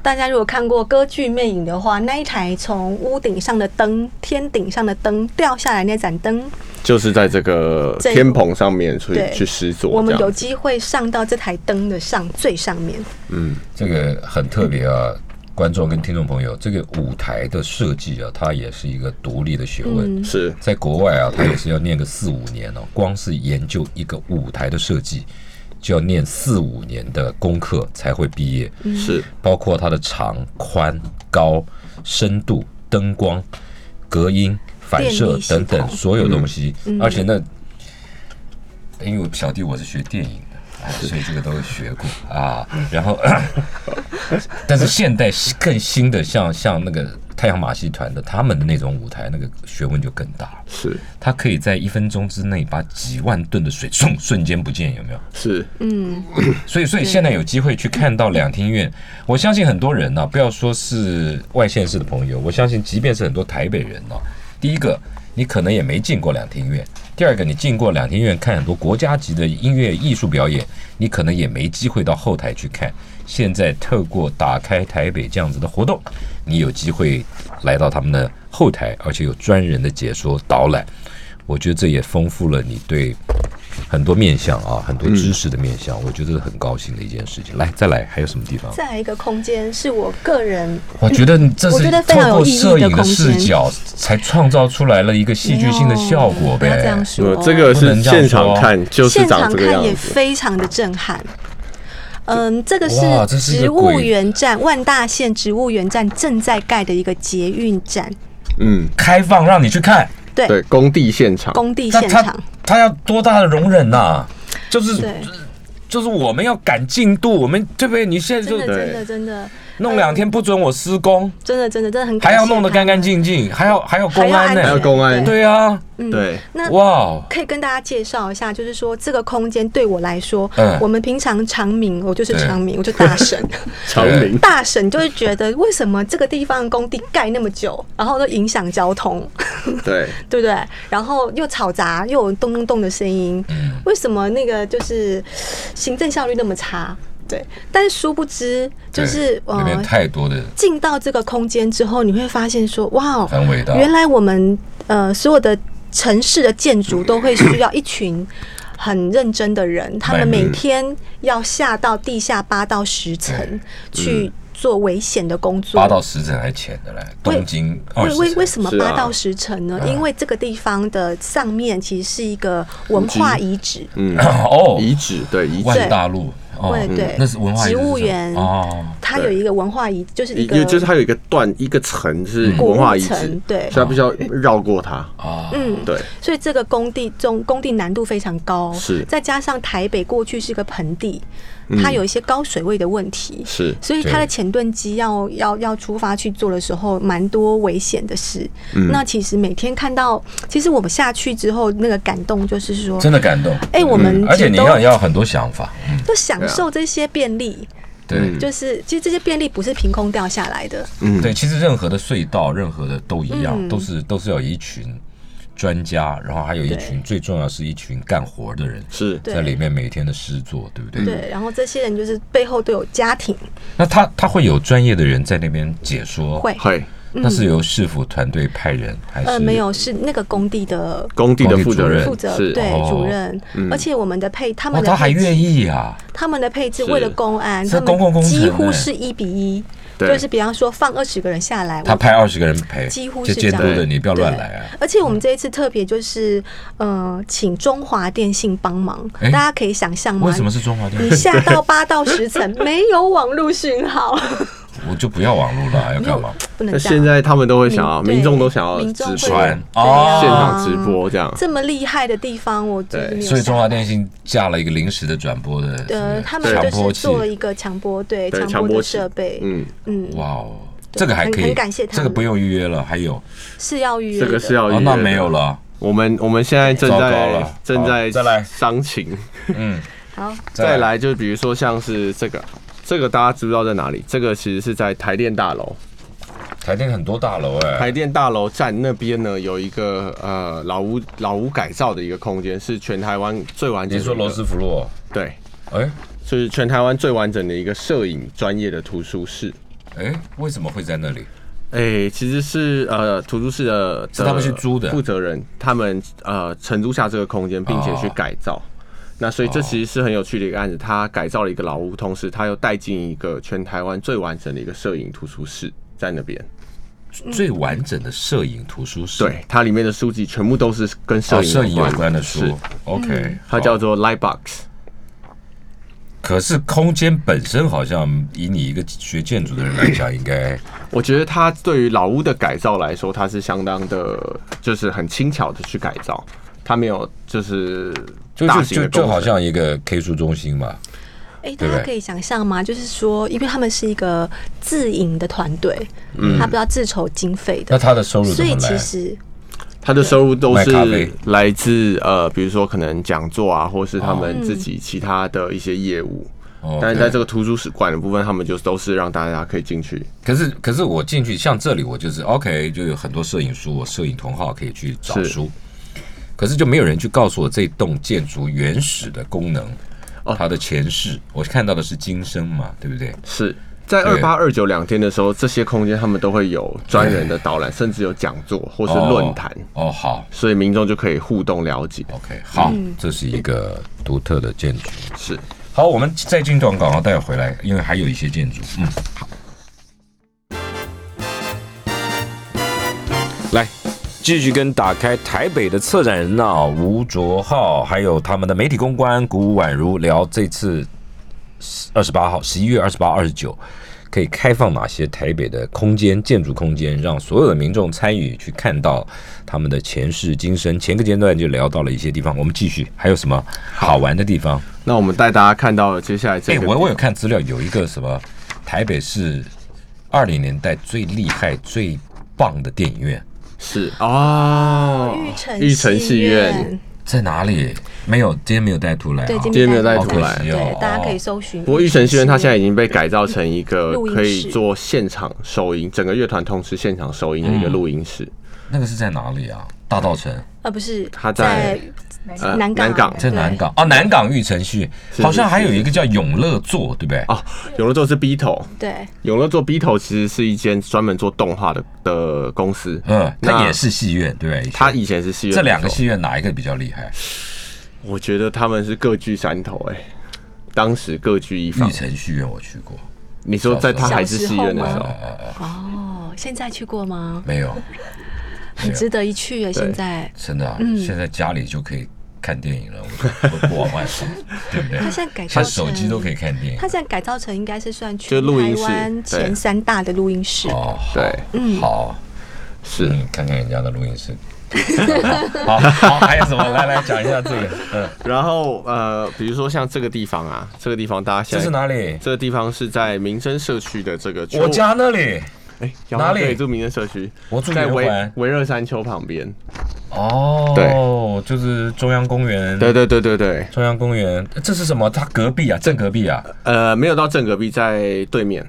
[SPEAKER 4] 大家如果看过歌剧《魅影》的话，那一台从屋顶上的灯，天顶上的灯掉下来那盏灯，
[SPEAKER 3] 就是在这个
[SPEAKER 4] 这一
[SPEAKER 3] 天棚上面去
[SPEAKER 4] 对
[SPEAKER 3] 去施
[SPEAKER 4] 我
[SPEAKER 3] 作这
[SPEAKER 4] 们有
[SPEAKER 3] 样子。
[SPEAKER 4] 机会上到这台灯的上最上面。
[SPEAKER 2] 这个很特别啊。观众跟听众朋友，这个舞台的设计啊，它也是一个独立的学问。
[SPEAKER 4] 嗯，
[SPEAKER 3] 是
[SPEAKER 2] 在国外啊，他也是要念个四五年哦，光是研究一个舞台的设计，就要念四五年的功课才会毕业，
[SPEAKER 3] 是，
[SPEAKER 2] 包括它的长、宽、高、深度、灯光、隔音、反
[SPEAKER 4] 电
[SPEAKER 2] 射
[SPEAKER 4] 力系
[SPEAKER 2] 等等
[SPEAKER 4] 统嗯
[SPEAKER 2] 所有东西，而且那，因为我小弟我是学电影的，啊，所以这个都学过啊，然 后，但是现代更新的，像像那个太阳马戏团的他们的那种舞台，那个学问就更大了。
[SPEAKER 3] 是
[SPEAKER 2] 它可以在一分钟之内把几万吨的水瞬瞬间不见，有没有？
[SPEAKER 3] 是
[SPEAKER 4] 嗯
[SPEAKER 2] 所以，所以现在有机会去看到两厅院，我相信很多人呢、不要说是外县市的朋友，我相信即便是很多台北人呢、第一个你可能也没进过两厅院，第二个你进过两厅院看很多国家级的音乐艺术表演，你可能也没机会到后台去看。现在透过打开台北这样子的活动，你有机会来到他们的后台，而且有专人的解说导览，我觉得这也丰富了你对很多面向啊，很多知识的面向，我觉得这是很高兴的一件事情。来，再来，还有什么地方？
[SPEAKER 4] 再来一个空间是我个人
[SPEAKER 2] 我觉得你这
[SPEAKER 4] 嗯我
[SPEAKER 2] 是
[SPEAKER 4] 觉得非
[SPEAKER 2] 透
[SPEAKER 4] 常有
[SPEAKER 2] 过
[SPEAKER 4] 意义
[SPEAKER 2] 摄
[SPEAKER 4] 的
[SPEAKER 2] 影的
[SPEAKER 4] 空
[SPEAKER 2] 视
[SPEAKER 4] 间
[SPEAKER 2] 角，才创造出来了一个戏剧性的效果
[SPEAKER 4] 不要这
[SPEAKER 2] 呗
[SPEAKER 4] 样。
[SPEAKER 3] 呃
[SPEAKER 4] 说，，
[SPEAKER 3] 这个
[SPEAKER 2] 不
[SPEAKER 3] 是
[SPEAKER 2] 能这样
[SPEAKER 3] 现场
[SPEAKER 2] 说
[SPEAKER 3] 看，就是
[SPEAKER 4] 哦现
[SPEAKER 3] 长
[SPEAKER 4] 场
[SPEAKER 3] 这个
[SPEAKER 4] 看
[SPEAKER 3] 样
[SPEAKER 4] 也
[SPEAKER 3] 子。
[SPEAKER 4] 非常的震撼。嗯，这个
[SPEAKER 2] 哇这是一个
[SPEAKER 4] 植物
[SPEAKER 2] 鬼
[SPEAKER 4] 园站，万大线植物园站正在盖的一个捷运站，
[SPEAKER 3] 嗯，
[SPEAKER 2] 开放让你去看，
[SPEAKER 4] 对，
[SPEAKER 3] 对，工地现场，
[SPEAKER 4] 工地
[SPEAKER 2] 那
[SPEAKER 4] 现
[SPEAKER 2] 他
[SPEAKER 4] 场，
[SPEAKER 2] 他要多大的容忍呐、就是
[SPEAKER 4] 对，
[SPEAKER 2] 就是我们要赶进度，我们对不对？你现在
[SPEAKER 4] 真
[SPEAKER 2] 就
[SPEAKER 4] 的嗯真的真的
[SPEAKER 2] 弄两天不准我施工，
[SPEAKER 4] 真的真的真的很感
[SPEAKER 2] 还
[SPEAKER 4] 谢
[SPEAKER 2] 要弄得
[SPEAKER 4] 他
[SPEAKER 2] 干干净净，还要还要公安呢、
[SPEAKER 4] 还
[SPEAKER 3] 还有公安，
[SPEAKER 4] 对
[SPEAKER 2] 对啊，
[SPEAKER 4] 嗯，
[SPEAKER 3] 对，
[SPEAKER 4] 那
[SPEAKER 2] 哇哦，
[SPEAKER 4] 可以跟大家介绍一下，就是说这个空间对我来说，
[SPEAKER 2] 嗯
[SPEAKER 4] 我们平常长明，我就是
[SPEAKER 2] 对
[SPEAKER 4] 长明，我就大神，
[SPEAKER 3] 长
[SPEAKER 2] 对
[SPEAKER 3] 明
[SPEAKER 4] 大神就会觉得为什么这个地方的工地盖那么久，然后都影响交通，
[SPEAKER 3] 对，
[SPEAKER 4] 对不对？然后又吵杂，又有咚咚咚的声音，
[SPEAKER 2] 嗯
[SPEAKER 4] 为什么那个就是行政效率那么差？对，但是殊不知，就是呃
[SPEAKER 2] 对里面太多的
[SPEAKER 4] 进到这个空间之后，你会发现说，哇哦，
[SPEAKER 2] 很伟大，
[SPEAKER 4] 原来我们呃所有的城市的建筑都会需要一
[SPEAKER 2] 嗯
[SPEAKER 4] 群很认真的人，他们每天要下到地下八到十层去做危险的工作。
[SPEAKER 2] 嗯八到十层还浅的嘞，
[SPEAKER 4] 为
[SPEAKER 2] 东京二
[SPEAKER 4] 为
[SPEAKER 2] 十
[SPEAKER 4] 为
[SPEAKER 2] 层。
[SPEAKER 4] 为什么
[SPEAKER 3] 是啊
[SPEAKER 4] 八到十层呢？因为这个地方的上面其实是一个文化遗址，
[SPEAKER 3] 嗯，
[SPEAKER 2] 哦，
[SPEAKER 3] 遗址对遗址，
[SPEAKER 2] 万大陆，哦
[SPEAKER 4] 对对
[SPEAKER 2] 那是文化遗址
[SPEAKER 4] 植物园
[SPEAKER 2] 哦，
[SPEAKER 4] 它有一个文化遗，就是一
[SPEAKER 3] 一
[SPEAKER 4] 个
[SPEAKER 3] 就是它有一个段一个层是
[SPEAKER 4] 古
[SPEAKER 3] 文化
[SPEAKER 4] 物
[SPEAKER 3] 遗址
[SPEAKER 4] 层，，对
[SPEAKER 3] 所以，它必须要绕过它。
[SPEAKER 2] 啊，
[SPEAKER 4] 嗯，
[SPEAKER 3] 对，
[SPEAKER 4] 所以这个工地中工地难度非常高，
[SPEAKER 3] 是嗯
[SPEAKER 4] 再加上台北过去是个盆地，它有一些高水位的问题，
[SPEAKER 3] 是
[SPEAKER 4] 所以它的前盾机要要要出发去做的时候，蛮多危险的事。
[SPEAKER 3] 嗯
[SPEAKER 4] 那其实每天看到，其实我们下去之后，那个感动就是说，
[SPEAKER 2] 真的感动。嗯
[SPEAKER 4] 哎、我们
[SPEAKER 2] 而且你
[SPEAKER 4] 都
[SPEAKER 2] 要要很多想法，
[SPEAKER 4] 都
[SPEAKER 3] 啊
[SPEAKER 4] 享受这些便利，
[SPEAKER 3] 嗯
[SPEAKER 2] 对
[SPEAKER 4] 就是其实这些便利不是凭空掉下来的，嗯
[SPEAKER 2] 对，其实任何的隧道，任何的都一样，都是都是要有一群专家，然后还有一
[SPEAKER 4] 对
[SPEAKER 2] 群最重要是一群干活的人
[SPEAKER 3] 是
[SPEAKER 4] 对
[SPEAKER 2] 在里面每天的施作，对不对？
[SPEAKER 4] 对，然后这些人就是背后都有家庭，
[SPEAKER 2] 那他他会有专业的人在那边解说，
[SPEAKER 4] 会嗯
[SPEAKER 3] 会
[SPEAKER 2] 那是由市府团队派人还是
[SPEAKER 4] 呃没有是那个工地的
[SPEAKER 3] 工地的负责人
[SPEAKER 4] 负责
[SPEAKER 3] 是
[SPEAKER 4] 对
[SPEAKER 2] 哦
[SPEAKER 4] 主任，而且我们的配他
[SPEAKER 2] 哦，
[SPEAKER 4] 们的
[SPEAKER 2] 他还
[SPEAKER 4] 配置
[SPEAKER 2] 愿意啊！
[SPEAKER 4] 他们的配置为了公安，
[SPEAKER 2] 是
[SPEAKER 4] 他
[SPEAKER 2] 公共工
[SPEAKER 4] 们
[SPEAKER 2] 程
[SPEAKER 4] 几乎
[SPEAKER 2] 欸
[SPEAKER 4] 是一比一，
[SPEAKER 3] 对
[SPEAKER 4] 就是比方说放二十个人下来，
[SPEAKER 2] 他
[SPEAKER 4] 我
[SPEAKER 2] 派二十个人陪，
[SPEAKER 4] 几乎
[SPEAKER 2] 就是监督
[SPEAKER 4] 这样
[SPEAKER 2] 的，你不要乱
[SPEAKER 4] 对
[SPEAKER 2] 来啊！
[SPEAKER 4] 而且我们这一次特别就是，呃，请中华电信帮忙，
[SPEAKER 2] 哎
[SPEAKER 4] 大家可以想象吗？
[SPEAKER 2] 为什么是中华电
[SPEAKER 4] 你
[SPEAKER 2] 信？
[SPEAKER 4] 下到八到 十层没有网络讯号，
[SPEAKER 2] 我就不要网络了啊，要
[SPEAKER 4] 没
[SPEAKER 2] 干
[SPEAKER 4] 有
[SPEAKER 2] 嘛？
[SPEAKER 4] 不能
[SPEAKER 3] 那
[SPEAKER 4] 这样。
[SPEAKER 3] 现在他们都会想要，
[SPEAKER 4] 民
[SPEAKER 3] 民众
[SPEAKER 4] 对
[SPEAKER 3] 都想要
[SPEAKER 4] 民
[SPEAKER 3] 直
[SPEAKER 4] 众会
[SPEAKER 3] 播，
[SPEAKER 2] 传
[SPEAKER 4] 对
[SPEAKER 2] 哦
[SPEAKER 4] 啊
[SPEAKER 3] 现场直播这样。
[SPEAKER 4] 这么厉害的地方，我真的
[SPEAKER 3] 对
[SPEAKER 4] 没有
[SPEAKER 2] 所以中华
[SPEAKER 4] 想
[SPEAKER 2] 电信架了一个临时的转播的什
[SPEAKER 4] 呃，
[SPEAKER 2] 么
[SPEAKER 4] 他们
[SPEAKER 2] 强
[SPEAKER 4] 就
[SPEAKER 2] 迫
[SPEAKER 4] 是
[SPEAKER 2] 器，
[SPEAKER 4] 做了一个强波，对
[SPEAKER 3] 对
[SPEAKER 4] 强
[SPEAKER 3] 强
[SPEAKER 4] 波
[SPEAKER 3] 波
[SPEAKER 4] 的
[SPEAKER 3] 器
[SPEAKER 4] 设备，
[SPEAKER 3] 嗯，
[SPEAKER 4] 嗯，
[SPEAKER 2] 哇哦，
[SPEAKER 4] 对
[SPEAKER 2] 这个还可以，
[SPEAKER 4] 很很感谢他
[SPEAKER 2] 这个不用预约了，还有
[SPEAKER 4] 是要预约
[SPEAKER 3] 这
[SPEAKER 4] 的，
[SPEAKER 3] 个是要预
[SPEAKER 2] 哦
[SPEAKER 3] 约，
[SPEAKER 2] 那没有
[SPEAKER 3] 了。
[SPEAKER 2] 了，
[SPEAKER 3] 我们我们现在正
[SPEAKER 2] 糟糕
[SPEAKER 3] 在
[SPEAKER 2] 了
[SPEAKER 3] 正在
[SPEAKER 2] 好再来
[SPEAKER 3] 商情，
[SPEAKER 2] 嗯，
[SPEAKER 4] 好，
[SPEAKER 3] 再，来就比如说像是这个，这个大家知不知道在哪里？这个其实是在台电大楼，
[SPEAKER 2] 台电很多大楼哎，
[SPEAKER 3] 台电大楼站那边呢有一个呃老屋老屋改造的一个空间，是全台湾最完
[SPEAKER 2] 你
[SPEAKER 3] 整的一
[SPEAKER 2] 说
[SPEAKER 3] 个。
[SPEAKER 2] 罗斯福路，哦
[SPEAKER 3] 对，
[SPEAKER 2] 哎
[SPEAKER 3] 是全台湾最完整的一个摄影专业的图书室。
[SPEAKER 2] 哎，为什么会在那里？
[SPEAKER 3] 哎、其实是呃，图书室的
[SPEAKER 2] 是他们去租的
[SPEAKER 3] 负责人，他们呃承租下这个空间，并且
[SPEAKER 2] 哦
[SPEAKER 3] 去改造。那所以这其实是很有趣的一个案子，他改造了一个老屋，同时他又带进一个全台湾最完整的一个摄影图书室在那边。
[SPEAKER 4] 嗯
[SPEAKER 2] 最完整的摄影图书室，
[SPEAKER 3] 对，它里面的书籍全部都是跟摄
[SPEAKER 2] 哦，
[SPEAKER 3] 影、
[SPEAKER 2] 摄影有关的书
[SPEAKER 3] 是
[SPEAKER 4] 嗯
[SPEAKER 2] ，OK，
[SPEAKER 3] 它叫做 Lightbox。
[SPEAKER 2] 可是空间本身好像以你一个学建筑的人来讲，应该
[SPEAKER 3] 我觉得它对于老屋的改造来说，它是相当的，就是很轻巧的去改造，它没有就是
[SPEAKER 2] 就
[SPEAKER 3] 大
[SPEAKER 2] 就
[SPEAKER 3] 型
[SPEAKER 2] 就
[SPEAKER 3] 的
[SPEAKER 2] 就
[SPEAKER 3] 工
[SPEAKER 2] 好
[SPEAKER 3] 程
[SPEAKER 2] 像一个 K 书中心嘛，
[SPEAKER 4] 哎，大
[SPEAKER 2] 对不
[SPEAKER 4] 家
[SPEAKER 2] 对
[SPEAKER 4] 可以想象吗？就是说，因为他们是一个自营的团队，
[SPEAKER 3] 嗯
[SPEAKER 4] 他不要自筹经费
[SPEAKER 2] 那
[SPEAKER 4] 的，
[SPEAKER 2] 他的收入
[SPEAKER 4] 所
[SPEAKER 2] 怎
[SPEAKER 4] 以
[SPEAKER 2] 么
[SPEAKER 4] 其
[SPEAKER 2] 来？
[SPEAKER 4] 实
[SPEAKER 3] 他的收入都
[SPEAKER 2] 卖咖啡
[SPEAKER 3] 是来自呃，比如说可能讲座啊，或是他们自己其他的一些业务。
[SPEAKER 2] 哦
[SPEAKER 3] 但是在
[SPEAKER 2] 个，
[SPEAKER 3] 这个图书史馆的部分，他们就都是让大家可以进去。
[SPEAKER 2] 可是可是我进去像这里，我就是 OK，就有很多摄影书，我摄影同好可以去找
[SPEAKER 3] 是
[SPEAKER 2] 书，可是就没有人去告诉我这栋建筑原始的功能。
[SPEAKER 3] 哦
[SPEAKER 2] 它的前世，我看到的是今生嘛，对不对？
[SPEAKER 3] 是在
[SPEAKER 2] 对
[SPEAKER 3] 二八二九两天的时候，这些空间他们都会有专人的导览，甚至有讲座或是
[SPEAKER 2] 哦
[SPEAKER 3] 论坛，
[SPEAKER 2] 哦，好
[SPEAKER 3] 所以民众就可以互动了解。
[SPEAKER 2] ，OK，好，这是一个独特的建筑。
[SPEAKER 3] 是
[SPEAKER 2] 好，我们再进段广告，待会回来，因为还有一些建筑。嗯，
[SPEAKER 5] 来，继续跟打开台北的策展人呢、
[SPEAKER 2] 吴卓浩还有他们的媒体公关谷婉如聊这次二十八号，十一月二十八、二十九可以开放哪些台北的空间、建筑空间，让所有的民众参与去看到他们的前世今生。前个阶段就聊到了一些地方，我们继续还有什么好玩的地方？
[SPEAKER 3] 那我们带大家看到接下来
[SPEAKER 2] 哎、
[SPEAKER 3] 这个，
[SPEAKER 2] 我我有看资料，有一个什么台北市二零年代最厉害、最棒的电影院。
[SPEAKER 3] 是哦，
[SPEAKER 4] 玉成
[SPEAKER 3] 玉成戏院。
[SPEAKER 4] 院，
[SPEAKER 2] 在哪里？没有，今天没有带图来、啊。
[SPEAKER 4] 对，今
[SPEAKER 3] 今天没有带
[SPEAKER 4] 出
[SPEAKER 3] 出来
[SPEAKER 4] 对
[SPEAKER 2] 哦，
[SPEAKER 4] 大家可以搜寻。
[SPEAKER 3] 不过玉成戏院它现在已经被改造成一个
[SPEAKER 4] 录音室
[SPEAKER 3] 可以做现场收音，整个乐团同时现场收音的一个录音室。
[SPEAKER 4] 嗯
[SPEAKER 2] 那个是在哪里啊？大道城，
[SPEAKER 4] 呃不是，
[SPEAKER 3] 它在呃
[SPEAKER 4] 南港，
[SPEAKER 3] 南港
[SPEAKER 2] 在南港啊，南港玉城区，
[SPEAKER 3] 是
[SPEAKER 2] 好像还有
[SPEAKER 3] 是
[SPEAKER 2] 一个叫永乐座，对不对？
[SPEAKER 3] 哦，永乐座是 B 头，
[SPEAKER 4] 对，
[SPEAKER 2] 哦
[SPEAKER 4] 对，
[SPEAKER 3] 永乐座 B 头其实是一间专门做动画的的公司。
[SPEAKER 2] 嗯，它
[SPEAKER 3] 哦那
[SPEAKER 2] 也是戏院，对不对？
[SPEAKER 3] 他以前是戏院，
[SPEAKER 2] 这两个，戏院哪一个比较厉害？
[SPEAKER 3] 我觉得他们是各据山头哎、当时各据一方
[SPEAKER 2] 玉。城戏院我去过，
[SPEAKER 3] 你说在他
[SPEAKER 4] 小
[SPEAKER 3] 还是
[SPEAKER 4] 时
[SPEAKER 3] 戏
[SPEAKER 4] 候
[SPEAKER 3] 院的
[SPEAKER 4] 吗
[SPEAKER 3] 时候，
[SPEAKER 4] 哦，现在去过吗？
[SPEAKER 2] 没有，
[SPEAKER 4] 很值得一去耶！现在
[SPEAKER 2] 真的啊，
[SPEAKER 4] 嗯
[SPEAKER 2] 现在家里就可以看电影了，我我不往外跑，对不对？
[SPEAKER 4] 它现在改造
[SPEAKER 2] 现在
[SPEAKER 4] 成
[SPEAKER 2] 手机都可以看电影
[SPEAKER 4] 它。现在改造成应该是算
[SPEAKER 3] 就
[SPEAKER 4] 全
[SPEAKER 3] 录音
[SPEAKER 4] 台
[SPEAKER 3] 室
[SPEAKER 4] 湾前
[SPEAKER 3] 对
[SPEAKER 4] 三大的录音室，
[SPEAKER 2] 哦，好
[SPEAKER 3] 对，
[SPEAKER 2] 好，
[SPEAKER 3] 是
[SPEAKER 2] 嗯，看看人家的录音 室。好，好，还有什么？来来讲一下这 个，嗯，
[SPEAKER 3] 然后呃，比如说像这个地方啊，这个地方大家现
[SPEAKER 2] 这
[SPEAKER 3] 在
[SPEAKER 2] 是哪里？
[SPEAKER 3] 这个地方是在民生社区的这个
[SPEAKER 2] 我家那里。
[SPEAKER 3] 哎，
[SPEAKER 2] 哪
[SPEAKER 3] 哪
[SPEAKER 2] 里
[SPEAKER 3] 里住民生社区？
[SPEAKER 2] 我住
[SPEAKER 3] 在
[SPEAKER 2] 圆
[SPEAKER 3] 维
[SPEAKER 2] 环嗯
[SPEAKER 3] 维热山丘旁边。
[SPEAKER 2] 哦，对，就是中央公园。
[SPEAKER 3] 对对对对对，
[SPEAKER 2] 中央公园，这是什么？它隔壁啊，正隔壁啊，
[SPEAKER 3] 呃，没有到正隔壁，在对面。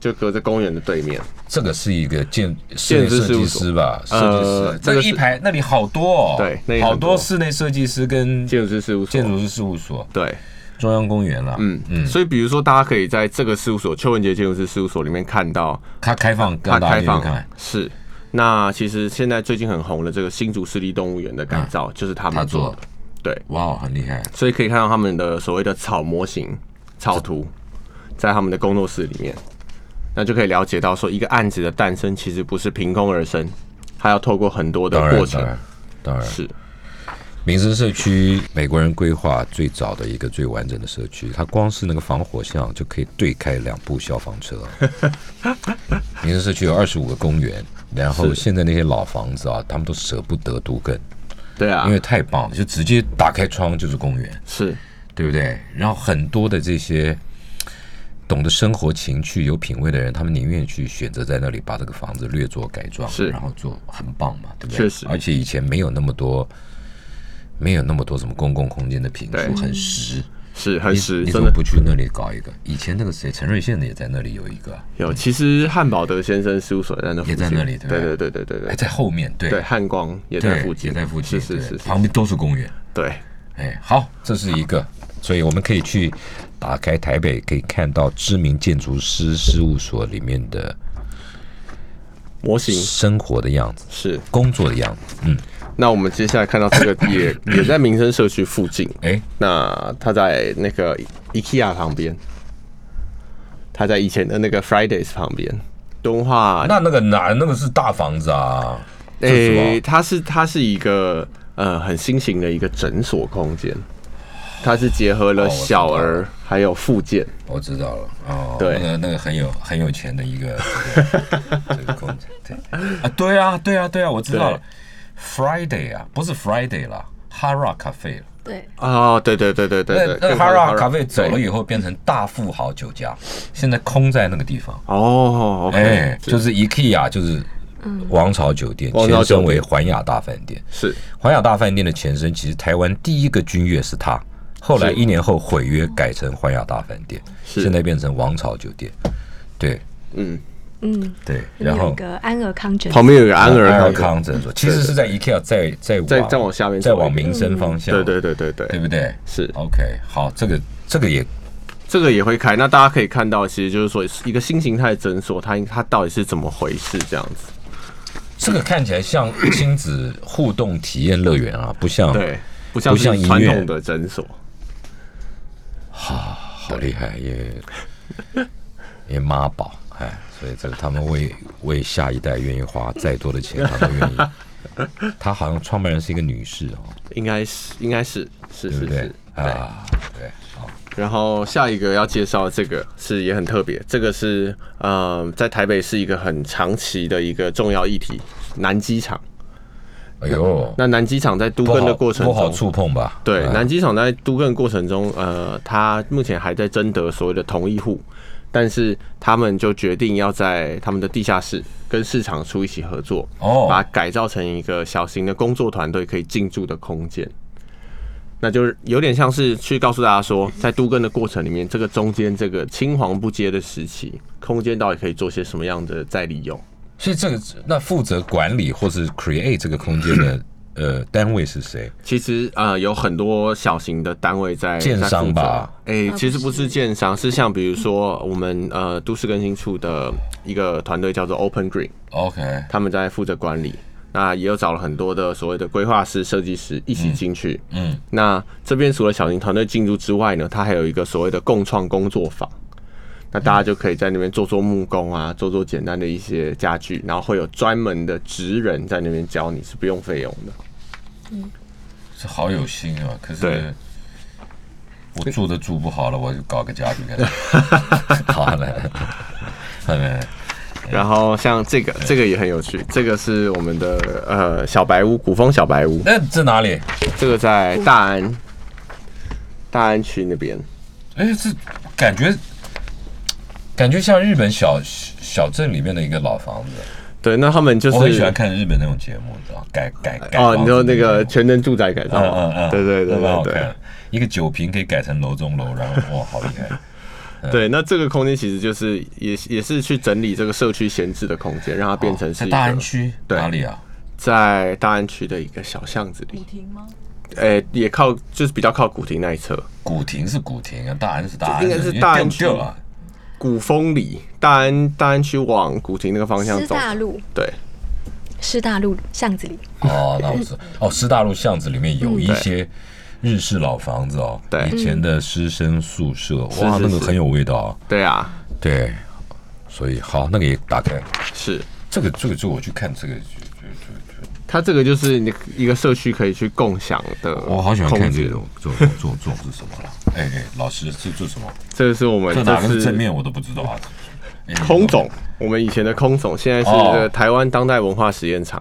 [SPEAKER 3] 就隔着公园的对面。
[SPEAKER 2] 这个是一个建室内
[SPEAKER 3] 建筑
[SPEAKER 2] 设计
[SPEAKER 3] 事务所
[SPEAKER 2] 师吧？设计
[SPEAKER 3] 呃
[SPEAKER 2] 师，
[SPEAKER 3] 这
[SPEAKER 2] 这
[SPEAKER 3] 个
[SPEAKER 2] 一
[SPEAKER 3] 是
[SPEAKER 2] 排那里好多哦，
[SPEAKER 3] 对那里很
[SPEAKER 2] 好多
[SPEAKER 3] 多
[SPEAKER 2] 室内设计师跟
[SPEAKER 3] 建筑师事务所
[SPEAKER 2] 建筑师事务所，
[SPEAKER 3] 对，
[SPEAKER 2] 中央公园啊啦，
[SPEAKER 3] 嗯嗯，所以比如说，大家可以在这个事务所——邱文杰建筑师事务所里面看到
[SPEAKER 2] 它开放
[SPEAKER 3] 它
[SPEAKER 2] 让大家
[SPEAKER 3] 开
[SPEAKER 2] 进去
[SPEAKER 3] 放
[SPEAKER 2] 看，
[SPEAKER 3] 是。那其实现在最近很红的这个新竹市立动物园的改造，就是他
[SPEAKER 2] 嗯他
[SPEAKER 3] 们
[SPEAKER 2] 做
[SPEAKER 3] 做的
[SPEAKER 2] 的，，
[SPEAKER 3] 对，
[SPEAKER 2] 哇，很厉害，
[SPEAKER 3] 所以可以看到他们的所谓的草模型、草图，在他们的工作室里面，那就可以了解到说，一个案子的诞生其实不是凭空而生，它要透过很多的
[SPEAKER 2] 当然
[SPEAKER 3] 过
[SPEAKER 2] 当
[SPEAKER 3] 程。
[SPEAKER 2] 然当然，
[SPEAKER 3] 是，
[SPEAKER 2] 民生社区，美国人规划最早的一个最完整的社区，它光是那个防火巷就可以对开两部消防车。 民生社区有二十五个公园，然后现在那些老房子啊，他们都舍不得独根，
[SPEAKER 3] 对啊
[SPEAKER 2] 因，为太棒了，就直接打开窗就是公园，
[SPEAKER 3] 是
[SPEAKER 2] 对不对？然后很多的这些懂得生活情趣、有品味的人，他们宁愿去选择在那里把这个房子略做改装，
[SPEAKER 3] 是
[SPEAKER 2] 然后做很棒嘛，对不对？
[SPEAKER 3] 确实
[SPEAKER 2] 而且以前没有那么多，没有那么多什么公共空间的评
[SPEAKER 3] 对
[SPEAKER 2] 述，很实。
[SPEAKER 3] 是很实，
[SPEAKER 2] 你
[SPEAKER 3] 真
[SPEAKER 2] 怎么
[SPEAKER 3] 的
[SPEAKER 2] 不去那里搞一个？以前那个谁，陈瑞宪的也在那里有一个，
[SPEAKER 3] 有。其实汉堡德先生事务所在那附近
[SPEAKER 2] 也在那里对吧
[SPEAKER 3] 对对对对对
[SPEAKER 2] 哎，
[SPEAKER 3] 对
[SPEAKER 2] 在后面，对
[SPEAKER 3] 对，汉光也在
[SPEAKER 2] 对
[SPEAKER 3] 附近，
[SPEAKER 2] 也在附近，
[SPEAKER 3] 是是
[SPEAKER 2] 对
[SPEAKER 3] 是是，
[SPEAKER 2] 旁边都是公园。
[SPEAKER 3] 对，
[SPEAKER 2] 哎，好，这是一个，所以我们可以去打开台北，可以看到知名建筑师事务所里面的
[SPEAKER 3] 模型
[SPEAKER 2] 生活的样子、
[SPEAKER 3] 是。
[SPEAKER 2] 工作的样子。嗯，
[SPEAKER 3] 那我们接下来看到这 个也也在民生社区附近，
[SPEAKER 2] 哎，
[SPEAKER 3] 那它在那个 IKEA 旁边，它在以前的那个 Fridays 旁边，敦化
[SPEAKER 2] 那那个哪那个是大房子啊？这是什么
[SPEAKER 3] 诶、它是它是一个呃很新型的一个诊所空间，它是结合
[SPEAKER 2] 哦
[SPEAKER 3] 了
[SPEAKER 2] 我知道
[SPEAKER 3] 小儿还有附件，
[SPEAKER 2] 我知道了，哦，
[SPEAKER 3] 对
[SPEAKER 2] 那个那个很有很有钱的一个这个这个工程，对啊，对啊，对啊，对啊，我知道了，Friday 啊，不是 Friday 啦。哈拉咖啡了，
[SPEAKER 4] 对，
[SPEAKER 3] 哦，对对对对对
[SPEAKER 2] 那
[SPEAKER 3] 对，
[SPEAKER 2] 那
[SPEAKER 3] 更
[SPEAKER 2] 哈
[SPEAKER 3] 好的
[SPEAKER 2] 拉咖啡走了
[SPEAKER 3] 对
[SPEAKER 2] 以后变成大富豪酒家，现在空在那个地方。
[SPEAKER 3] 哦，OK，、
[SPEAKER 2] 哎，就是 IKEA 就是
[SPEAKER 4] 嗯
[SPEAKER 2] 王朝酒店，
[SPEAKER 3] 王朝
[SPEAKER 2] 前
[SPEAKER 3] 酒
[SPEAKER 2] 身
[SPEAKER 3] 店
[SPEAKER 2] 为环亚大饭店。
[SPEAKER 3] 是
[SPEAKER 2] 环亚大饭店的前身其实台湾第一个君悦是它，后来
[SPEAKER 3] 是
[SPEAKER 2] 一年后毁约改成环亚大饭店，
[SPEAKER 3] 是
[SPEAKER 2] 现在变成王朝酒店。对
[SPEAKER 3] 嗯，
[SPEAKER 4] 嗯，
[SPEAKER 2] 对，然
[SPEAKER 4] 有一
[SPEAKER 2] 后
[SPEAKER 4] 个安尔康诊
[SPEAKER 3] 旁边有个安
[SPEAKER 2] 安
[SPEAKER 3] 尔
[SPEAKER 2] 尔
[SPEAKER 3] 康，
[SPEAKER 2] 康诊所其实是在 IKEA 再再
[SPEAKER 3] 再
[SPEAKER 2] 往
[SPEAKER 3] 再往下面走
[SPEAKER 2] 再
[SPEAKER 3] 一
[SPEAKER 2] 往
[SPEAKER 3] 点
[SPEAKER 2] 民生方向，
[SPEAKER 3] 对对对对对
[SPEAKER 2] 哎对不对？
[SPEAKER 3] 是
[SPEAKER 2] OK，好，这个这个也
[SPEAKER 3] 这个也会开。那大家可以看到，其实就是说一个新形态的诊所，它它到底是怎么回事这样子？
[SPEAKER 2] 这个看起来像亲子互动体验乐园啊，不像
[SPEAKER 3] 对，不像
[SPEAKER 2] 不像
[SPEAKER 3] 是
[SPEAKER 2] 医院
[SPEAKER 3] 传统的诊所。
[SPEAKER 2] 好厉害，也也妈宝，哎，所以这个他们为为下一代愿意花再多的钱，他都愿意。他好像创办人是一个女士哦，
[SPEAKER 3] 应该是，应该是，是
[SPEAKER 2] 对不
[SPEAKER 3] 是是
[SPEAKER 2] 对？
[SPEAKER 3] 对。
[SPEAKER 2] 啊，对，好，
[SPEAKER 3] 然后下一个要介绍的这个是也很特别，这个是呃，在台北是一个很长期的一个重要议题，南机场。
[SPEAKER 2] 哎呦，
[SPEAKER 3] 那南机场在都
[SPEAKER 2] 不
[SPEAKER 3] 更
[SPEAKER 2] 好
[SPEAKER 3] 的过程
[SPEAKER 2] 不好
[SPEAKER 3] 中，
[SPEAKER 2] 触碰吧？
[SPEAKER 3] 对，
[SPEAKER 2] 哎
[SPEAKER 3] 南机场在都更过程中，呃，它目前还在征得所谓的同意户，但是他们就决定要在他们的地下室跟市场处一起合作，
[SPEAKER 2] 哦
[SPEAKER 3] 把它改造成一个小型的工作团队可以进驻的空间。那就是有点像是去告诉大家说，在都更的过程里面，这个中间这个青黄不接的时期，空间到底可以做些什么样的再利用？
[SPEAKER 2] 所以这个那负责管理或是 create 这个空间的呃单位是谁？
[SPEAKER 3] 其实呃，有很多小型的单位在
[SPEAKER 2] 建商吧。
[SPEAKER 3] 在负责哎、
[SPEAKER 4] 啊
[SPEAKER 3] 其实
[SPEAKER 4] 不
[SPEAKER 3] 不
[SPEAKER 4] 是
[SPEAKER 3] 是建商，是像比如说我们呃都市更新处的一个团队叫做 Open Green，
[SPEAKER 2] OK，
[SPEAKER 3] 他们在负责管理。那也有找了很多的所谓的规划师、设计师一起进去。
[SPEAKER 2] 嗯，
[SPEAKER 3] 那这边除了小型团队进驻之外呢，它还有一个所谓的共创工作坊。那大家就可以在那边做做木工
[SPEAKER 2] 嗯
[SPEAKER 3] 啊，做做简单的一些家具，然后会有专门的职人在那边教你，是不用费用的。
[SPEAKER 2] 这好有心啊，可
[SPEAKER 3] 对
[SPEAKER 2] 是。我住都住不好了，我就搞个家具给他。 好了，好了，嗯
[SPEAKER 3] 然后像这个，这个也很有趣，这个是我们的呃小白屋，古风小白屋，
[SPEAKER 2] 那这哪里？
[SPEAKER 3] 这个在大安，大安区那边，
[SPEAKER 2] 哎，这感觉感觉像日本小小镇里面的一个老房子。
[SPEAKER 3] 对，那他们就是
[SPEAKER 2] 我很喜欢看日本那种节目，你知道，改改改
[SPEAKER 3] 哦，
[SPEAKER 2] 房
[SPEAKER 3] 你
[SPEAKER 2] 子
[SPEAKER 3] 说
[SPEAKER 2] 的
[SPEAKER 3] 那个全能住宅改造
[SPEAKER 2] 嗯嗯
[SPEAKER 3] 嘛，
[SPEAKER 2] 嗯，
[SPEAKER 3] 对对对
[SPEAKER 2] 那蛮好
[SPEAKER 3] 对
[SPEAKER 2] 看
[SPEAKER 3] 对
[SPEAKER 2] 的。一个酒瓶可以改成楼中楼，然后哇，好厉害！
[SPEAKER 3] 对，那这个空间其实就是也也是去整理这个社区闲置的空间，让它变成是
[SPEAKER 2] 哦在
[SPEAKER 3] 一
[SPEAKER 2] 大安
[SPEAKER 3] 个
[SPEAKER 2] 区
[SPEAKER 3] 对
[SPEAKER 2] 哪里啊？
[SPEAKER 3] 在大安区的一个小巷子里。诶、也靠就是比较靠古亭那一侧，
[SPEAKER 2] 古亭是古亭啊，大安是大安，
[SPEAKER 3] 这应该是大安区
[SPEAKER 2] 掉啊。
[SPEAKER 3] 古风里大安大安区往古亭那个方向
[SPEAKER 4] 师
[SPEAKER 3] 走。
[SPEAKER 4] 大路，
[SPEAKER 3] 对，
[SPEAKER 4] 师大路巷子里，
[SPEAKER 2] 哦，那我知道。哦，师大路巷子里面有一
[SPEAKER 3] 对
[SPEAKER 2] 些日式老房子哦，
[SPEAKER 3] 对
[SPEAKER 2] 以前的师生宿舍，哇，
[SPEAKER 3] 是
[SPEAKER 2] 那个
[SPEAKER 3] 是
[SPEAKER 2] 很有味道啊。
[SPEAKER 3] 对啊，
[SPEAKER 2] 对，所以好，那个也打开。
[SPEAKER 3] 是。
[SPEAKER 2] 这个这个这个我去看这个，就就就
[SPEAKER 3] 它这个就是你一个社区可以去共享的，
[SPEAKER 2] 就，我好喜欢看这
[SPEAKER 3] 个。
[SPEAKER 2] 种这种这种这种是什么了？哎哎，老师这这什么？
[SPEAKER 3] 这个是我们
[SPEAKER 2] 这哪个
[SPEAKER 3] 这
[SPEAKER 2] 是
[SPEAKER 3] 是
[SPEAKER 2] 正面我都不知道啊。哎
[SPEAKER 3] 空总，我们以前的空总，现在是
[SPEAKER 2] 哦
[SPEAKER 3] 这个台湾当代文化实验场，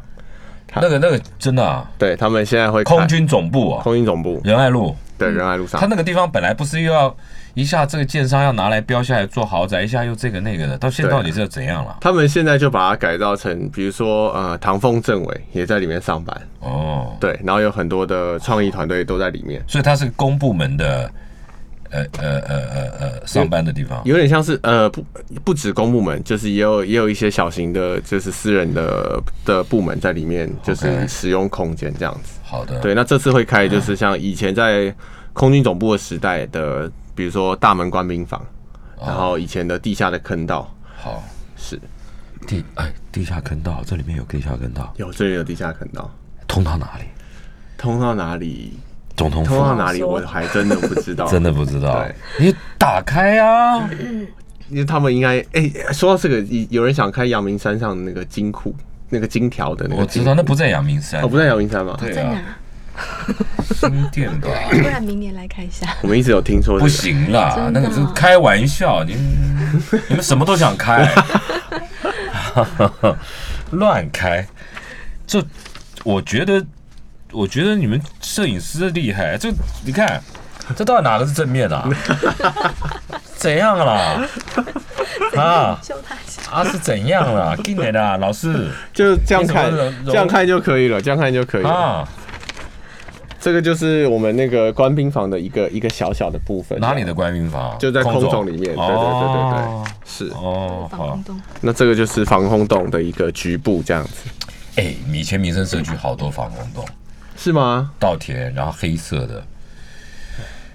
[SPEAKER 2] 哎那个那个真的啊，
[SPEAKER 3] 对他们现在会开
[SPEAKER 2] 空军总部啊，
[SPEAKER 3] 空军总部，
[SPEAKER 2] 仁爱 路。
[SPEAKER 3] 对仁爱路上
[SPEAKER 2] 他，那个地方本来不是又要一下这个建商要拿来标下来做豪宅，一下又这个那个的，到现在
[SPEAKER 3] 对啊
[SPEAKER 2] 到底是怎样了？
[SPEAKER 3] 他们现在就把它改造成，比如说呃，唐凤政委也在里面上班，
[SPEAKER 2] 哦，
[SPEAKER 3] 对，然后有很多的创意团队都在里面，
[SPEAKER 2] 所以它是公部门的，呃呃呃呃呃，上班的地方。
[SPEAKER 3] 有点像是呃不不止公部门，就是也有也有一些小型的，就是私人的的部门在里面，就是
[SPEAKER 2] OK
[SPEAKER 3] 使用空间这样子。
[SPEAKER 2] 好的，
[SPEAKER 3] 对，那这次会开就是像以前在空军总部的时代的，比如说大门官兵房，
[SPEAKER 2] 哦
[SPEAKER 3] 然后以前的地下的坑道
[SPEAKER 2] 好，
[SPEAKER 3] 是
[SPEAKER 2] 地哎，地下坑道，这里面有地下坑道，
[SPEAKER 3] 有这里有地下坑道，
[SPEAKER 2] 通到哪里？
[SPEAKER 3] 通到哪里？
[SPEAKER 2] 总统
[SPEAKER 3] 通
[SPEAKER 2] 府啊
[SPEAKER 3] 到哪里？我还真的不知道，
[SPEAKER 2] 真的，不知道
[SPEAKER 3] 对，
[SPEAKER 2] 你打开啊！
[SPEAKER 3] 因为他们应该哎、说到这个，有有人想开阳明山上的那个金库，那个金条的那个
[SPEAKER 2] 我
[SPEAKER 3] 金
[SPEAKER 2] 知
[SPEAKER 3] 库，
[SPEAKER 2] 道那不在阳明山，
[SPEAKER 3] 哦，不在阳明山吗？
[SPEAKER 2] 对
[SPEAKER 4] 在
[SPEAKER 2] 啊，
[SPEAKER 4] 哪？
[SPEAKER 2] 新店吧？
[SPEAKER 4] 不然明年来看一 下。
[SPEAKER 3] 我们一直有听说、
[SPEAKER 2] 不
[SPEAKER 3] 这个，
[SPEAKER 2] 行啦，
[SPEAKER 4] 真的
[SPEAKER 2] 那
[SPEAKER 4] 啊
[SPEAKER 2] 个是开玩笑，你 你们什么都想开， 乱开。这我觉得，我觉得你们摄影师厉害。这你看，这到底哪个是正面 的、啊？怎样啦？啊
[SPEAKER 4] 就他下
[SPEAKER 2] 啊是怎样啦？进来的啊老师
[SPEAKER 3] 就这样看
[SPEAKER 2] 你怎么容，
[SPEAKER 3] 这样看就可以了，这样看就可以了。
[SPEAKER 2] 啊，
[SPEAKER 3] 这个就是我们那个官兵房的一个一个小小的部分。
[SPEAKER 2] 哪里的官兵房？
[SPEAKER 3] 就在空总里面对对对对对
[SPEAKER 2] 哦
[SPEAKER 3] 是
[SPEAKER 2] 哦，
[SPEAKER 4] 防
[SPEAKER 2] 好
[SPEAKER 4] 空。洞，
[SPEAKER 3] 那这个就是防空洞的一个局部这样子，
[SPEAKER 2] 哎，以前民生社区好多防空洞。
[SPEAKER 3] 是吗？
[SPEAKER 2] 稻田，然后黑色的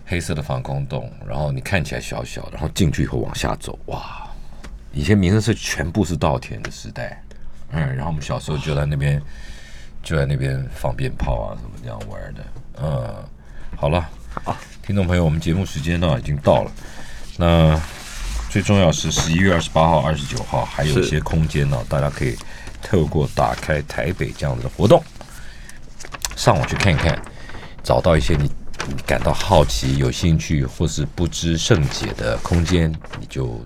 [SPEAKER 2] 黑色的防空洞，然后你看起来小小，然后进去以后往下走，哇！以前民生社区全部是稻田的时代，嗯，然后我们小时候就在那边就在那边放鞭炮啊什么这样玩的，嗯，好了，听众朋友，我们节目时间呢已经到了，那最重要是十一月二十八号、二十九号还有一些空间呢、大家可以透过打开台北这样子的活动，上网去看一看，找到一些你感到好奇、有兴趣或是不知甚解的空间，你就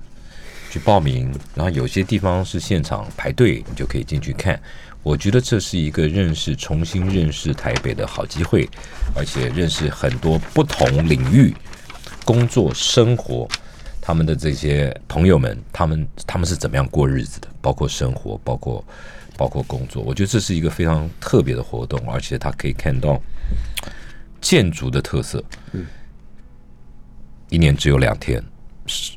[SPEAKER 2] 去报名。然后有些地方是现场排队，你就可以进去看。我觉得这是一个认识、重新认识台北的好机会，而且认识很多不同领域、工作、生活，他们的这些朋友们，他们他们是怎么样过日子的，包括生活，包括包括工作。我觉得这是一个非常特别的活动，而且它可以看到建筑的特色。嗯，一年只有两天，十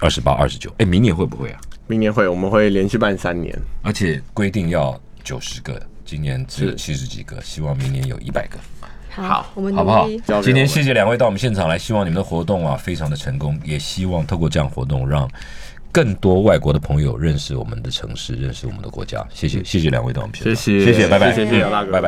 [SPEAKER 2] 二十八、二十九。哎，明年会不会啊？
[SPEAKER 3] 明年会我们会连续办三年，
[SPEAKER 2] 而且规定要九十个，今年只有七十几个，希望明年有一百个。
[SPEAKER 4] 好，我们
[SPEAKER 2] 好不好
[SPEAKER 4] 努力。？
[SPEAKER 3] 交给
[SPEAKER 2] 今
[SPEAKER 3] 我
[SPEAKER 2] 天
[SPEAKER 3] 们
[SPEAKER 2] 谢谢两位到我们现场来，希望你们的活动啊非常的成功，也希望透过这样活动让更多外国的朋友认识我们的城市，认识我们的国家。谢谢，谢谢两位到我们现场，
[SPEAKER 3] 谢谢
[SPEAKER 2] 谢谢，拜拜，嗯
[SPEAKER 3] 谢谢谢谢老大哥
[SPEAKER 2] 拜拜。